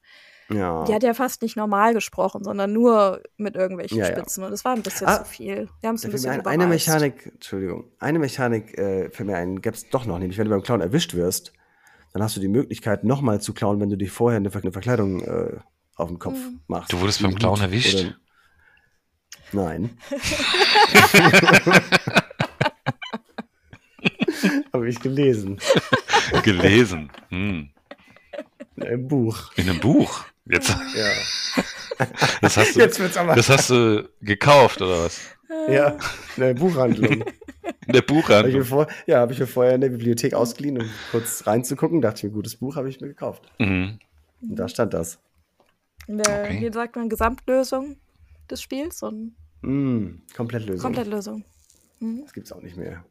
Speaker 1: Ja.
Speaker 3: Die hat ja fast nicht normal gesprochen, sondern nur mit irgendwelchen
Speaker 1: Ja, ja.
Speaker 3: Spitzen. Und es war ein bisschen
Speaker 1: Ah,
Speaker 3: zu viel. Wir haben es
Speaker 1: Da fällt mir
Speaker 3: ein bisschen
Speaker 1: ein, eine
Speaker 3: überreizt.
Speaker 1: Mechanik, Entschuldigung, eine Mechanik äh, fällt mir ein, gäbe es doch noch, nämlich wenn du beim Clown erwischt wirst, dann hast du die Möglichkeit, nochmal zu klauen, wenn du dich vorher eine, Ver eine Verkleidung äh, auf den Kopf
Speaker 3: Mhm.
Speaker 1: machst.
Speaker 2: Du wurdest
Speaker 1: Mit
Speaker 2: beim Clown
Speaker 1: Hut
Speaker 2: erwischt?
Speaker 1: oder-
Speaker 3: [laughs]
Speaker 1: Nein. Habe ich gelesen.
Speaker 2: Gelesen. Hm.
Speaker 1: In einem Buch.
Speaker 2: In einem Buch. Jetzt,
Speaker 1: Ja.
Speaker 2: das, hast du,
Speaker 1: Jetzt wird's aber.
Speaker 2: das hast du gekauft, oder was?
Speaker 1: Ja, in einer Buchhandlung.
Speaker 2: In
Speaker 1: Hab ich
Speaker 2: der
Speaker 1: mir
Speaker 2: Buchhandlung.
Speaker 1: vor, ja, habe ich mir vorher in der Bibliothek ausgeliehen, um kurz reinzugucken. Dachte ich mir, gutes Buch habe ich mir gekauft.
Speaker 2: Mhm.
Speaker 1: Und da stand das.
Speaker 3: In der,
Speaker 2: Okay.
Speaker 3: Wie sagt man, Gesamtlösung des Spiels und
Speaker 1: Mm, Komplettlösung.
Speaker 3: Komplettlösung. Mhm.
Speaker 1: Das gibt's auch nicht mehr.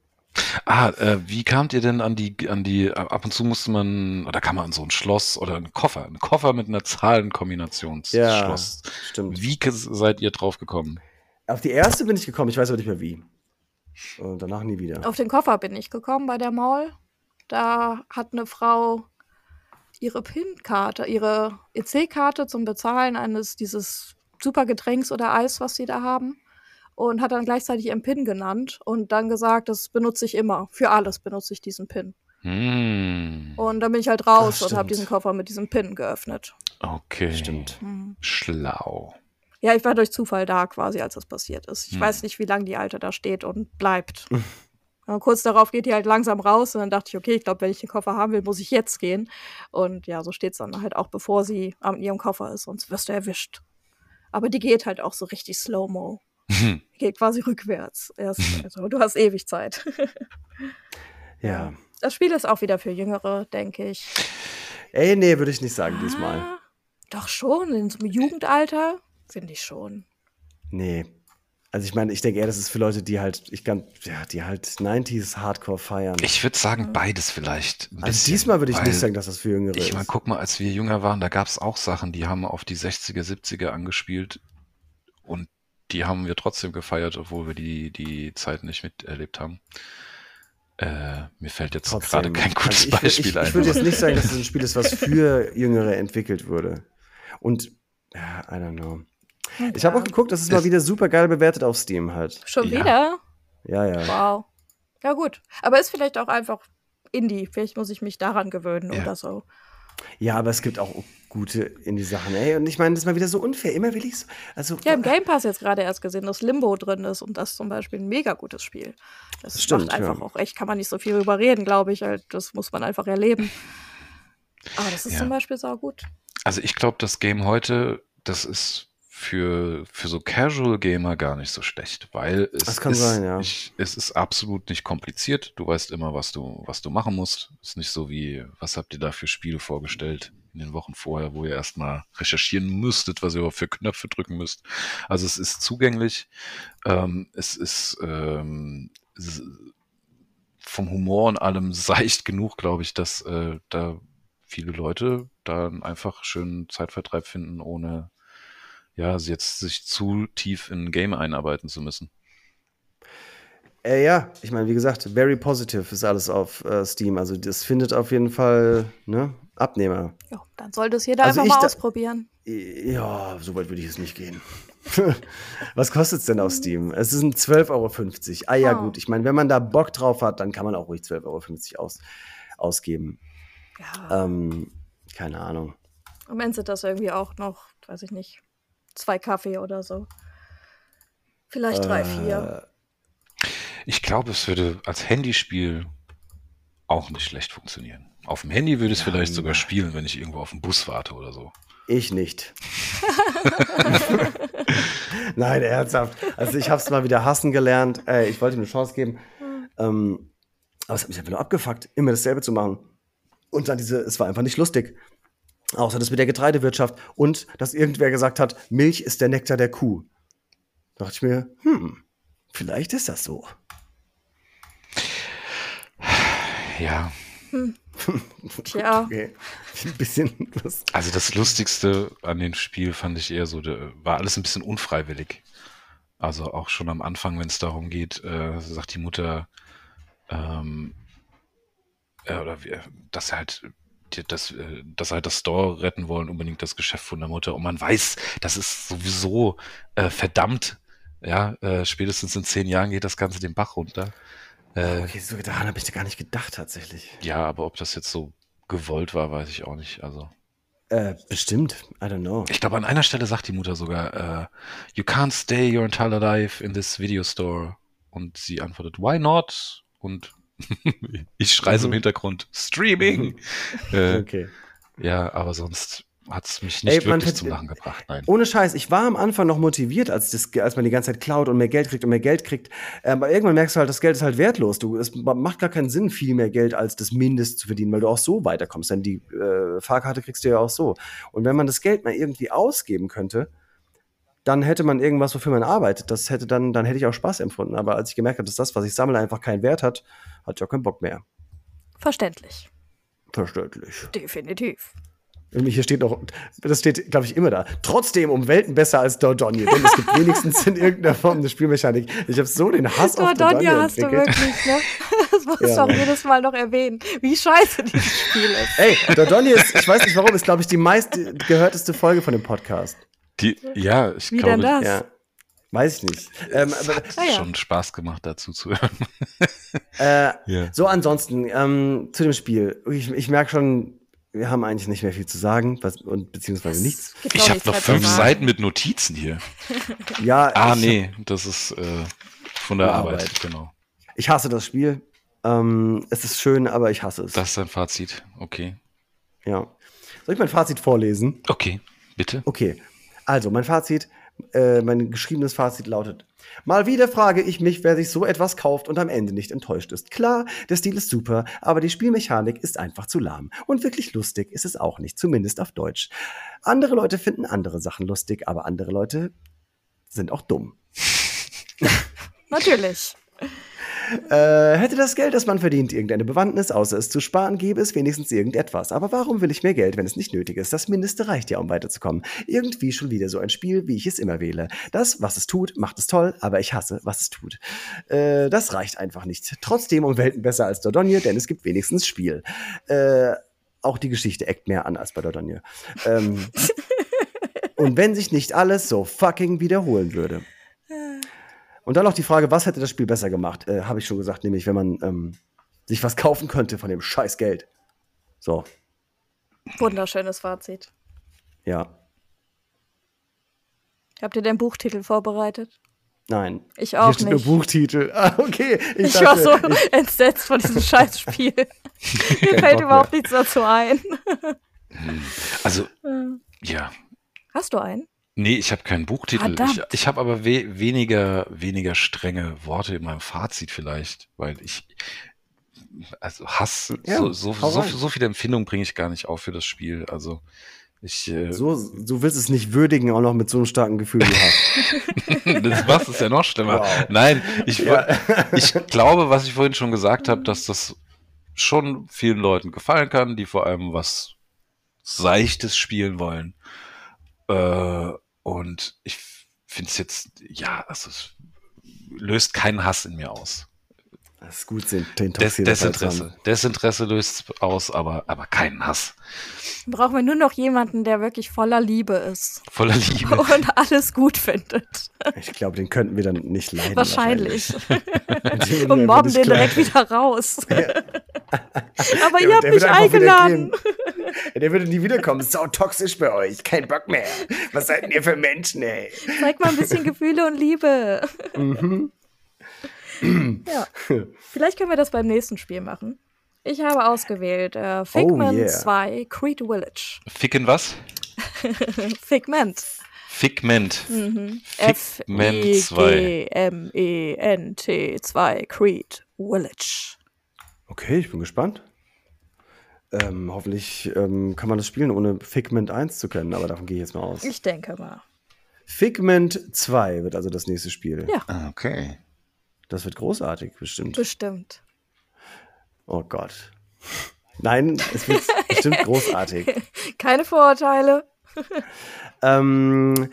Speaker 2: Ah, äh, wie kamt ihr denn an die, an die, ab und zu musste man, oder kann man an so ein Schloss oder einen Koffer, einen Koffer mit einer
Speaker 1: Ja,
Speaker 2: Zahlenkombinationsschloss.
Speaker 1: stimmt.
Speaker 2: Wie k- seid ihr drauf gekommen?
Speaker 1: Auf die erste bin ich gekommen, ich weiß aber nicht mehr wie. Und danach nie wieder.
Speaker 3: Auf den Koffer bin ich gekommen bei der Mall. Da hat eine Frau ihre PIN-Karte, ihre EC-Karte zum Bezahlen eines dieses super Getränks oder Eis, was sie da haben. Und hat dann gleichzeitig ihren PIN genannt und dann gesagt, das benutze ich immer. Für alles benutze ich diesen PIN.
Speaker 2: Hm.
Speaker 3: Und dann bin ich halt raus
Speaker 1: Das
Speaker 3: und habe
Speaker 1: stimmt.
Speaker 3: diesen Koffer mit diesem PIN geöffnet.
Speaker 2: Okay.
Speaker 1: Stimmt.
Speaker 3: Hm.
Speaker 2: Schlau. [laughs]
Speaker 3: Ja, ich war durch Zufall da quasi, als das passiert ist. Ich
Speaker 2: Hm.
Speaker 3: weiß nicht, wie lange die Alte da steht und bleibt. Ja, kurz darauf geht die halt langsam raus und dann dachte ich, okay, ich glaube, wenn ich den Koffer haben will, muss ich jetzt gehen. Und ja, so steht es dann halt auch, bevor sie an ihrem Koffer ist, sonst wirst du erwischt. Aber die geht halt auch so richtig slow-mo.
Speaker 2: Hm.
Speaker 3: Die Geht quasi rückwärts.
Speaker 1: [laughs]
Speaker 3: Erst, also, du hast ewig Zeit.
Speaker 1: Ja.
Speaker 3: Das Spiel ist auch wieder für Jüngere, denke ich.
Speaker 1: Ey, nee, würde ich nicht sagen diesmal.
Speaker 3: Ah, Doch schon, in so einem Jugendalter finde ich schon.
Speaker 1: Nee. Also ich meine, ich denke eher, das ist für Leute, die halt, ich kann, ja, die halt 90s Hardcore feiern.
Speaker 2: Ich würde sagen, beides vielleicht. Ein
Speaker 1: also
Speaker 2: bisschen,
Speaker 1: diesmal würde ich
Speaker 2: weil
Speaker 1: nicht sagen, dass das für Jüngere
Speaker 2: Ich meine,
Speaker 1: ist.
Speaker 2: guck mal, als wir jünger waren, da gab es auch Sachen, die haben auf die 60er, 70er angespielt und die haben wir trotzdem gefeiert, obwohl wir die, die Zeit nicht miterlebt haben. Äh, mir fällt jetzt
Speaker 1: Trotzdem.
Speaker 2: gerade kein
Speaker 1: Also
Speaker 2: gutes
Speaker 1: ich,
Speaker 2: Beispiel
Speaker 1: ich, ich,
Speaker 2: ein.
Speaker 1: Ich würde
Speaker 2: aber-
Speaker 1: jetzt nicht sagen, dass es ein Spiel ist, was für Jüngere entwickelt wurde. Und, ja, I don't know. Ich habe auch geguckt, das ist mal
Speaker 2: Es-
Speaker 1: wieder super geil bewertet auf Steam halt.
Speaker 3: Schon
Speaker 2: Ja.
Speaker 3: wieder?
Speaker 1: Ja, ja.
Speaker 3: Wow. Ja, gut. Aber ist vielleicht auch einfach Indie. Vielleicht muss ich mich daran gewöhnen
Speaker 2: Ja.
Speaker 3: oder so.
Speaker 1: Ja, aber es gibt auch gute in die Sachen. Ey, und ich meine, das ist mal wieder so unfair. Immer will ich so. Also,
Speaker 3: Ja, im Game Pass jetzt gerade erst gesehen, dass Limbo drin ist und das zum Beispiel ein mega gutes Spiel. Das
Speaker 1: Stimmt,
Speaker 3: macht einfach
Speaker 1: ja.
Speaker 3: auch echt, kann man nicht so viel drüber reden, glaube ich. halt. Das muss man einfach erleben. Aber das ist
Speaker 2: Ja.
Speaker 3: zum Beispiel saugut.
Speaker 2: Also ich glaube, das Game heute, das ist für, für so Casual Gamer gar nicht so schlecht, weil es,
Speaker 1: Das kann
Speaker 2: ist,
Speaker 1: sein, ja.
Speaker 2: ich, es ist absolut nicht kompliziert. Du weißt immer, was du, was du machen musst. Ist nicht so wie, was habt ihr da für Spiele vorgestellt in den Wochen vorher, wo ihr erstmal recherchieren müsstet, was ihr überhaupt für Knöpfe drücken müsst. Also es ist zugänglich. Ähm, es ist ähm, s- vom Humor und allem [laughs] seicht genug, glaube ich, dass äh, da viele Leute dann einfach schön Zeitvertreib finden, ohne ja, sie jetzt sich zu tief in ein Game einarbeiten zu müssen.
Speaker 1: äh, ja, ich meine, wie gesagt, very positive ist alles auf äh, Steam. Also, das findet auf jeden Fall ne, Abnehmer.
Speaker 3: Ja, dann sollte es jeder
Speaker 1: Also
Speaker 3: einfach
Speaker 1: ich
Speaker 3: mal
Speaker 1: da-
Speaker 3: ausprobieren.
Speaker 1: I- Ja, so weit würde ich es nicht gehen. [laughs] Was kostet es denn auf Steam? Es sind 12,50 Euro. Ah, ja,
Speaker 3: Ah.
Speaker 1: gut. Ich meine, wenn man da Bock drauf hat, dann kann man auch ruhig 12,50 Euro aus, ausgeben.
Speaker 3: Ja.
Speaker 1: Ähm, keine Ahnung.
Speaker 3: Am Ende sind das irgendwie auch noch, weiß ich nicht, zwei Kaffee oder so. Vielleicht
Speaker 1: Äh,
Speaker 3: drei, vier.
Speaker 2: Ich glaube, es würde als Handyspiel auch nicht schlecht funktionieren. Auf dem Handy würde ich es
Speaker 1: Ja,
Speaker 2: vielleicht sogar
Speaker 1: nein.
Speaker 2: spielen, wenn ich irgendwo auf dem Bus warte oder so.
Speaker 1: Ich nicht. [laughs] Nein, ernsthaft. Also ich habe es mal wieder hassen gelernt. Äh, ich wollte ihm eine Chance geben. Ähm, aber es hat mich einfach nur abgefuckt, immer dasselbe zu machen. Und dann diese, es war einfach nicht lustig. Außer das mit der Getreidewirtschaft und dass irgendwer gesagt hat, Milch ist der Nektar der Kuh. Da dachte ich mir, hm, vielleicht ist das so.
Speaker 2: Ja,
Speaker 3: Hm. Tja.
Speaker 1: [laughs] Okay. Ein bisschen was.
Speaker 2: Also das Lustigste an dem Spiel fand ich eher so, der, war alles ein bisschen unfreiwillig. Also auch schon am Anfang, wenn es darum geht, äh, sagt die Mutter, ähm, äh, oder wir, dass er halt die- dass, äh, dass er halt das Store retten wollen, unbedingt das Geschäft von der Mutter. Und man weiß, das ist sowieso äh, verdammt. Ja, äh, spätestens in zehn Jahren geht das Ganze den Bach runter. Äh,
Speaker 1: Okay, so daran habe ich gar nicht gedacht tatsächlich.
Speaker 2: Ja, aber ob das jetzt so gewollt war, weiß ich auch nicht. Also
Speaker 1: Äh, bestimmt. I don't know.
Speaker 2: ich glaube, an einer Stelle sagt die Mutter sogar, äh, You can't stay your entire life in this video store. Und sie antwortet, Why not? Und [laughs] ich schreie so im
Speaker 1: Mhm.
Speaker 2: Hintergrund, Streaming! äh,
Speaker 1: Okay.
Speaker 2: ja, aber sonst hat's mich
Speaker 1: Ey,
Speaker 2: nicht
Speaker 1: man
Speaker 2: wirklich
Speaker 1: hätte-
Speaker 2: zum Lachen gebracht. Nein.
Speaker 1: Ohne Scheiß, ich war am Anfang noch motiviert, als, das, als man die ganze Zeit klaut und mehr Geld kriegt und mehr Geld kriegt. Ähm, Aber irgendwann merkst du halt, das Geld ist halt wertlos. Du, es ma- macht gar keinen Sinn, viel mehr Geld als das Mindest zu verdienen, weil du auch so weiterkommst. Denn die äh, Fahrkarte kriegst du ja auch so. Und wenn man das Geld mal irgendwie ausgeben könnte, dann hätte man irgendwas, wofür man arbeitet. Das hätte dann, dann hätte ich auch Spaß empfunden. Aber als ich gemerkt habe, dass das, was ich sammle, einfach keinen Wert hat, hatte ich auch keinen Bock mehr.
Speaker 3: Verständlich.
Speaker 1: Verständlich.
Speaker 3: Definitiv.
Speaker 1: Und Hier steht noch, das steht, glaube ich, immer da. Trotzdem um Welten besser als Dordogne, denn es gibt wenigstens in irgendeiner Form eine Spielmechanik. Ich habe so den Hass auf Dordogne
Speaker 3: Donja hast du
Speaker 1: entwickelt. [laughs]
Speaker 3: wirklich, ne? Das musst
Speaker 1: Ja.
Speaker 3: du auch jedes Mal noch erwähnen, wie scheiße dieses Spiel ist.
Speaker 1: Ey, Dordogne ist, ich weiß nicht warum, ist, glaube ich, die meistgehörteste Folge von dem Podcast.
Speaker 2: Die, ja, ich
Speaker 3: Wie denn
Speaker 2: glaube,
Speaker 3: das?
Speaker 1: Ja. Weiß ich nicht. Ähm,
Speaker 2: es
Speaker 1: aber,
Speaker 2: hat
Speaker 3: Ah, ja.
Speaker 2: schon Spaß gemacht, dazu zu hören.
Speaker 1: äh,
Speaker 2: Ja.
Speaker 1: So, ansonsten ähm, zu dem Spiel. Ich, ich merke schon, wir haben eigentlich nicht mehr viel zu sagen, was, und beziehungsweise nichts.
Speaker 3: Gibt
Speaker 2: Ich
Speaker 3: auch
Speaker 2: habe
Speaker 3: nichts
Speaker 2: noch
Speaker 3: mehr zu
Speaker 2: fünf
Speaker 3: sagen.
Speaker 2: Seiten mit Notizen hier.
Speaker 1: Ja,
Speaker 2: Ah,
Speaker 1: ich,
Speaker 2: nee, das ist äh, von der
Speaker 1: Von der
Speaker 2: Arbeit.
Speaker 1: Arbeit.
Speaker 2: genau.
Speaker 1: ich hasse das Spiel. Ähm, es ist schön, aber ich hasse es.
Speaker 2: Das ist dein Fazit. Okay.
Speaker 1: ja. Soll ich mein Fazit vorlesen?
Speaker 2: Okay, bitte.
Speaker 1: Okay, also mein Fazit, äh, mein geschriebenes Fazit lautet: Mal wieder frage ich mich, wer sich so etwas kauft und am Ende nicht enttäuscht ist. Klar, der Stil ist super, aber die Spielmechanik ist einfach zu lahm. Und wirklich lustig ist es auch nicht, zumindest auf Deutsch. Andere Leute finden andere Sachen lustig, aber andere Leute sind auch dumm.
Speaker 3: Natürlich.
Speaker 1: Äh, hätte das Geld, das man verdient, irgendeine Bewandtnis, außer es zu sparen, gäbe es wenigstens irgendetwas. Aber warum will ich mehr Geld, wenn es nicht nötig ist? Das Mindeste reicht ja, um weiterzukommen. Irgendwie schon wieder so ein Spiel, wie ich es immer wähle. Das, was es tut, macht es toll, aber ich hasse, was es tut. Äh, das reicht einfach nicht. Trotzdem um Welten besser als Dordogne, denn es gibt wenigstens Spiel. Äh, auch die Geschichte eckt mehr an als bei Dordogne. Ähm, und wenn sich nicht alles so fucking wiederholen würde. Und dann noch die Frage, was hätte das Spiel besser gemacht? Äh, Habe ich schon gesagt, nämlich wenn man ähm, sich was [laughs] kaufen könnte von dem scheiß Geld. So,
Speaker 3: Wunderschönes Fazit.
Speaker 1: ja.
Speaker 3: Habt ihr den Buchtitel vorbereitet?
Speaker 1: Nein.
Speaker 3: Ich auch
Speaker 1: Hier steht
Speaker 3: nicht.
Speaker 1: nur Buchtitel. [laughs] Ah, okay.
Speaker 3: Ich, war so [laughs] entsetzt
Speaker 1: [laughs]
Speaker 3: von diesem Scheißspiel. Mir
Speaker 1: Bock
Speaker 3: fällt
Speaker 1: mehr.
Speaker 3: überhaupt nichts dazu ein.
Speaker 2: Also, ja.
Speaker 3: Hast du einen?
Speaker 2: Nee, ich habe keinen Buchtitel. Ich,
Speaker 3: Verdammt.
Speaker 2: ich habe aber we weniger, weniger strenge Worte in meinem Fazit vielleicht, weil ich. Also Hass,
Speaker 1: Ja,
Speaker 2: so, so,
Speaker 1: hau
Speaker 2: so,
Speaker 1: rein.
Speaker 2: so viele Empfindungen bringe ich gar nicht auf für das Spiel. Also ich äh,
Speaker 1: so, du willst es nicht würdigen, auch noch mit so einem starken Gefühl wie Hass.
Speaker 2: [laughs] das macht es [laughs] ja noch schlimmer.
Speaker 1: Wow.
Speaker 2: Nein, ich, wo-
Speaker 1: Ja.
Speaker 2: ich glaube, was ich vorhin schon gesagt habe, dass das schon vielen Leuten gefallen kann, die vor allem was Seichtes spielen wollen. Äh, und ich finde es jetzt, ja, also es löst keinen Hass in mir aus.
Speaker 1: Das ist gut, den, den
Speaker 2: Des,
Speaker 1: Toxier dabei zu haben.
Speaker 2: Desinteresse. Desinteresse löst es aus, aber, aber keinen Hass.
Speaker 3: Brauchen wir nur noch jemanden, der wirklich voller
Speaker 1: [laughs]
Speaker 3: Liebe ist
Speaker 2: Voller [laughs] Liebe.
Speaker 3: und alles gut findet.
Speaker 1: Ich glaube, den könnten wir dann nicht leiden.
Speaker 3: Wahrscheinlich. [laughs]
Speaker 1: wahrscheinlich. Den würden
Speaker 3: Und
Speaker 1: wir
Speaker 3: mobben
Speaker 1: nicht
Speaker 3: den
Speaker 1: klein-
Speaker 3: direkt wieder raus. [laughs]
Speaker 1: [laughs]
Speaker 3: Aber
Speaker 1: Ja, und
Speaker 3: ihr habt
Speaker 1: der wird einfach
Speaker 3: mich
Speaker 1: wieder
Speaker 3: eingeladen.
Speaker 1: gehen. Der würde nie wiederkommen. Sau toxisch bei euch. Kein Bock mehr. Was seid denn ihr für Menschen, ey?
Speaker 3: [laughs] Zeig mal ein bisschen Gefühle und Liebe.
Speaker 1: Mhm.
Speaker 3: [clears throat] ja. Vielleicht können wir das beim nächsten Spiel machen. Ich habe ausgewählt äh, Figment
Speaker 1: Oh, yeah.
Speaker 3: 2 Creed Village.
Speaker 2: Ficken was?
Speaker 3: Figment.
Speaker 2: Figment. Figment 2.
Speaker 3: E F-I-G-M-E-N-T 2 Creed Village.
Speaker 1: Okay, ich bin gespannt. Ähm, hoffentlich ähm, kann man das spielen, ohne Figment 1 zu können, aber davon gehe ich jetzt mal aus.
Speaker 3: Ich denke mal.
Speaker 1: Figment 2 wird also das nächste Spiel.
Speaker 3: Ja.
Speaker 2: Ah, Okay.
Speaker 1: Das wird großartig, bestimmt.
Speaker 3: Bestimmt.
Speaker 1: Oh Gott. Nein, es
Speaker 3: [laughs]
Speaker 1: wird bestimmt großartig.
Speaker 3: Keine Vorurteile.
Speaker 1: Ähm,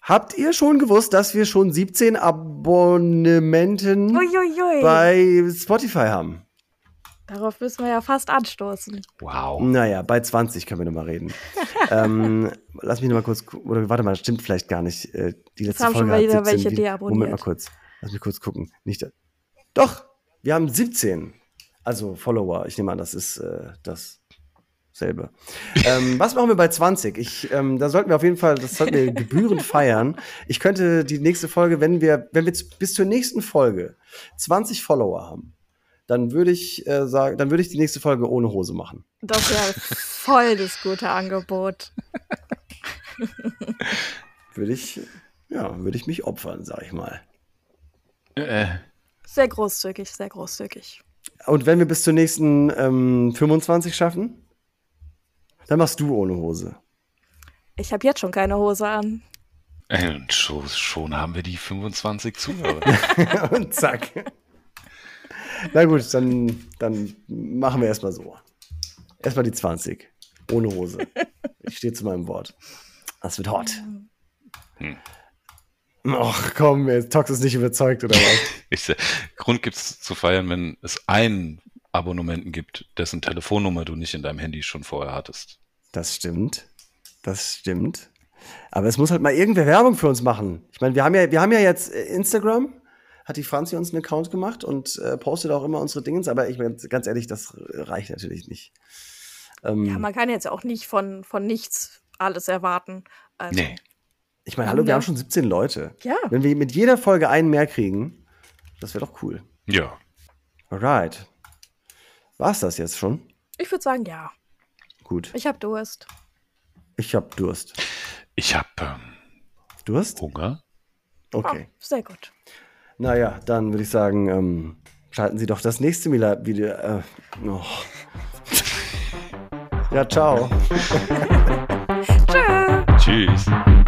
Speaker 1: habt ihr schon gewusst, dass wir schon 17 Abonnementen
Speaker 3: Oh Uiuiui.
Speaker 1: bei Spotify haben?
Speaker 3: Darauf müssen wir ja fast anstoßen.
Speaker 2: Wow.
Speaker 1: Naja, bei 20 können wir nochmal
Speaker 3: [laughs]
Speaker 1: reden. ähm, lass mich nochmal kurz, gu- oder warte mal, das stimmt vielleicht gar nicht. Äh, die letzte
Speaker 3: haben schon
Speaker 1: Folge hat
Speaker 3: wieder
Speaker 1: 17,
Speaker 3: welche
Speaker 1: die-
Speaker 3: deabonniert.
Speaker 1: Moment mal kurz, lass mich kurz gucken. Nicht, da- doch, wir haben 17. Also Follower, ich nehme an, das ist äh, dasselbe.
Speaker 3: [laughs]
Speaker 1: ähm, was machen wir bei 20? Ich, ähm, da sollten wir auf jeden Fall, das sollten wir gebührend feiern. Ich könnte die nächste Folge, wenn wir, wenn wir z- bis zur nächsten Folge 20 Follower haben, dann würde ich äh, sagen, dann würde ich die nächste Folge ohne Hose machen.
Speaker 3: Das wäre voll das gute Angebot.
Speaker 1: würde ich, ja, würde ich mich opfern, sag ich mal.
Speaker 2: Äh,
Speaker 3: Sehr großzügig, sehr großzügig.
Speaker 1: Und wenn wir bis zur nächsten ähm, 25 schaffen, dann machst du ohne Hose. [laughs]
Speaker 3: Ich habe jetzt schon keine Hose an.
Speaker 2: äh, und schon, schon haben wir die 25 Zuhörer.
Speaker 1: Und zack. Na gut, dann, dann machen wir erstmal so. Erstmal die 20. Ohne Hose. Ich stehe zu meinem Wort. Das wird hot.
Speaker 2: Hm.
Speaker 1: Ach komm, jetzt Tox ist nicht überzeugt oder was?
Speaker 2: ich, seh- Grund gibt es zu feiern, wenn es einen Abonnementen gibt, dessen Telefonnummer du nicht in deinem Handy schon vorher hattest.
Speaker 1: Das stimmt. Das stimmt. Aber es muss halt mal irgendwer Werbung für uns machen. Ich meine, wir haben ja, wir haben ja jetzt äh, Instagram, hat die Franzi uns einen Account gemacht und äh, postet auch immer unsere Dingens, aber ich meine, ganz ehrlich, das reicht natürlich nicht. Ähm,
Speaker 3: Ja, man kann jetzt auch nicht von, von nichts alles erwarten. Also,
Speaker 2: Nee.
Speaker 1: ich meine, hallo, wir
Speaker 3: Ja.
Speaker 1: haben schon 17 Leute.
Speaker 3: Ja.
Speaker 1: Wenn wir mit jeder Folge einen mehr kriegen, das wäre doch cool.
Speaker 2: Ja.
Speaker 1: Alright. War's das jetzt schon?
Speaker 3: Ich würde sagen, ja.
Speaker 1: Gut.
Speaker 3: Ich habe Durst.
Speaker 1: Ich hab Durst.
Speaker 2: Ich habe ähm,
Speaker 1: Durst?
Speaker 2: Hunger.
Speaker 1: Okay.
Speaker 3: Ah, sehr gut.
Speaker 1: Naja, dann würde ich sagen, ähm, schalten Sie doch das nächste Mal wieder. Äh, oh. Ja, ciao.
Speaker 3: Tschüss.
Speaker 2: Tschüss.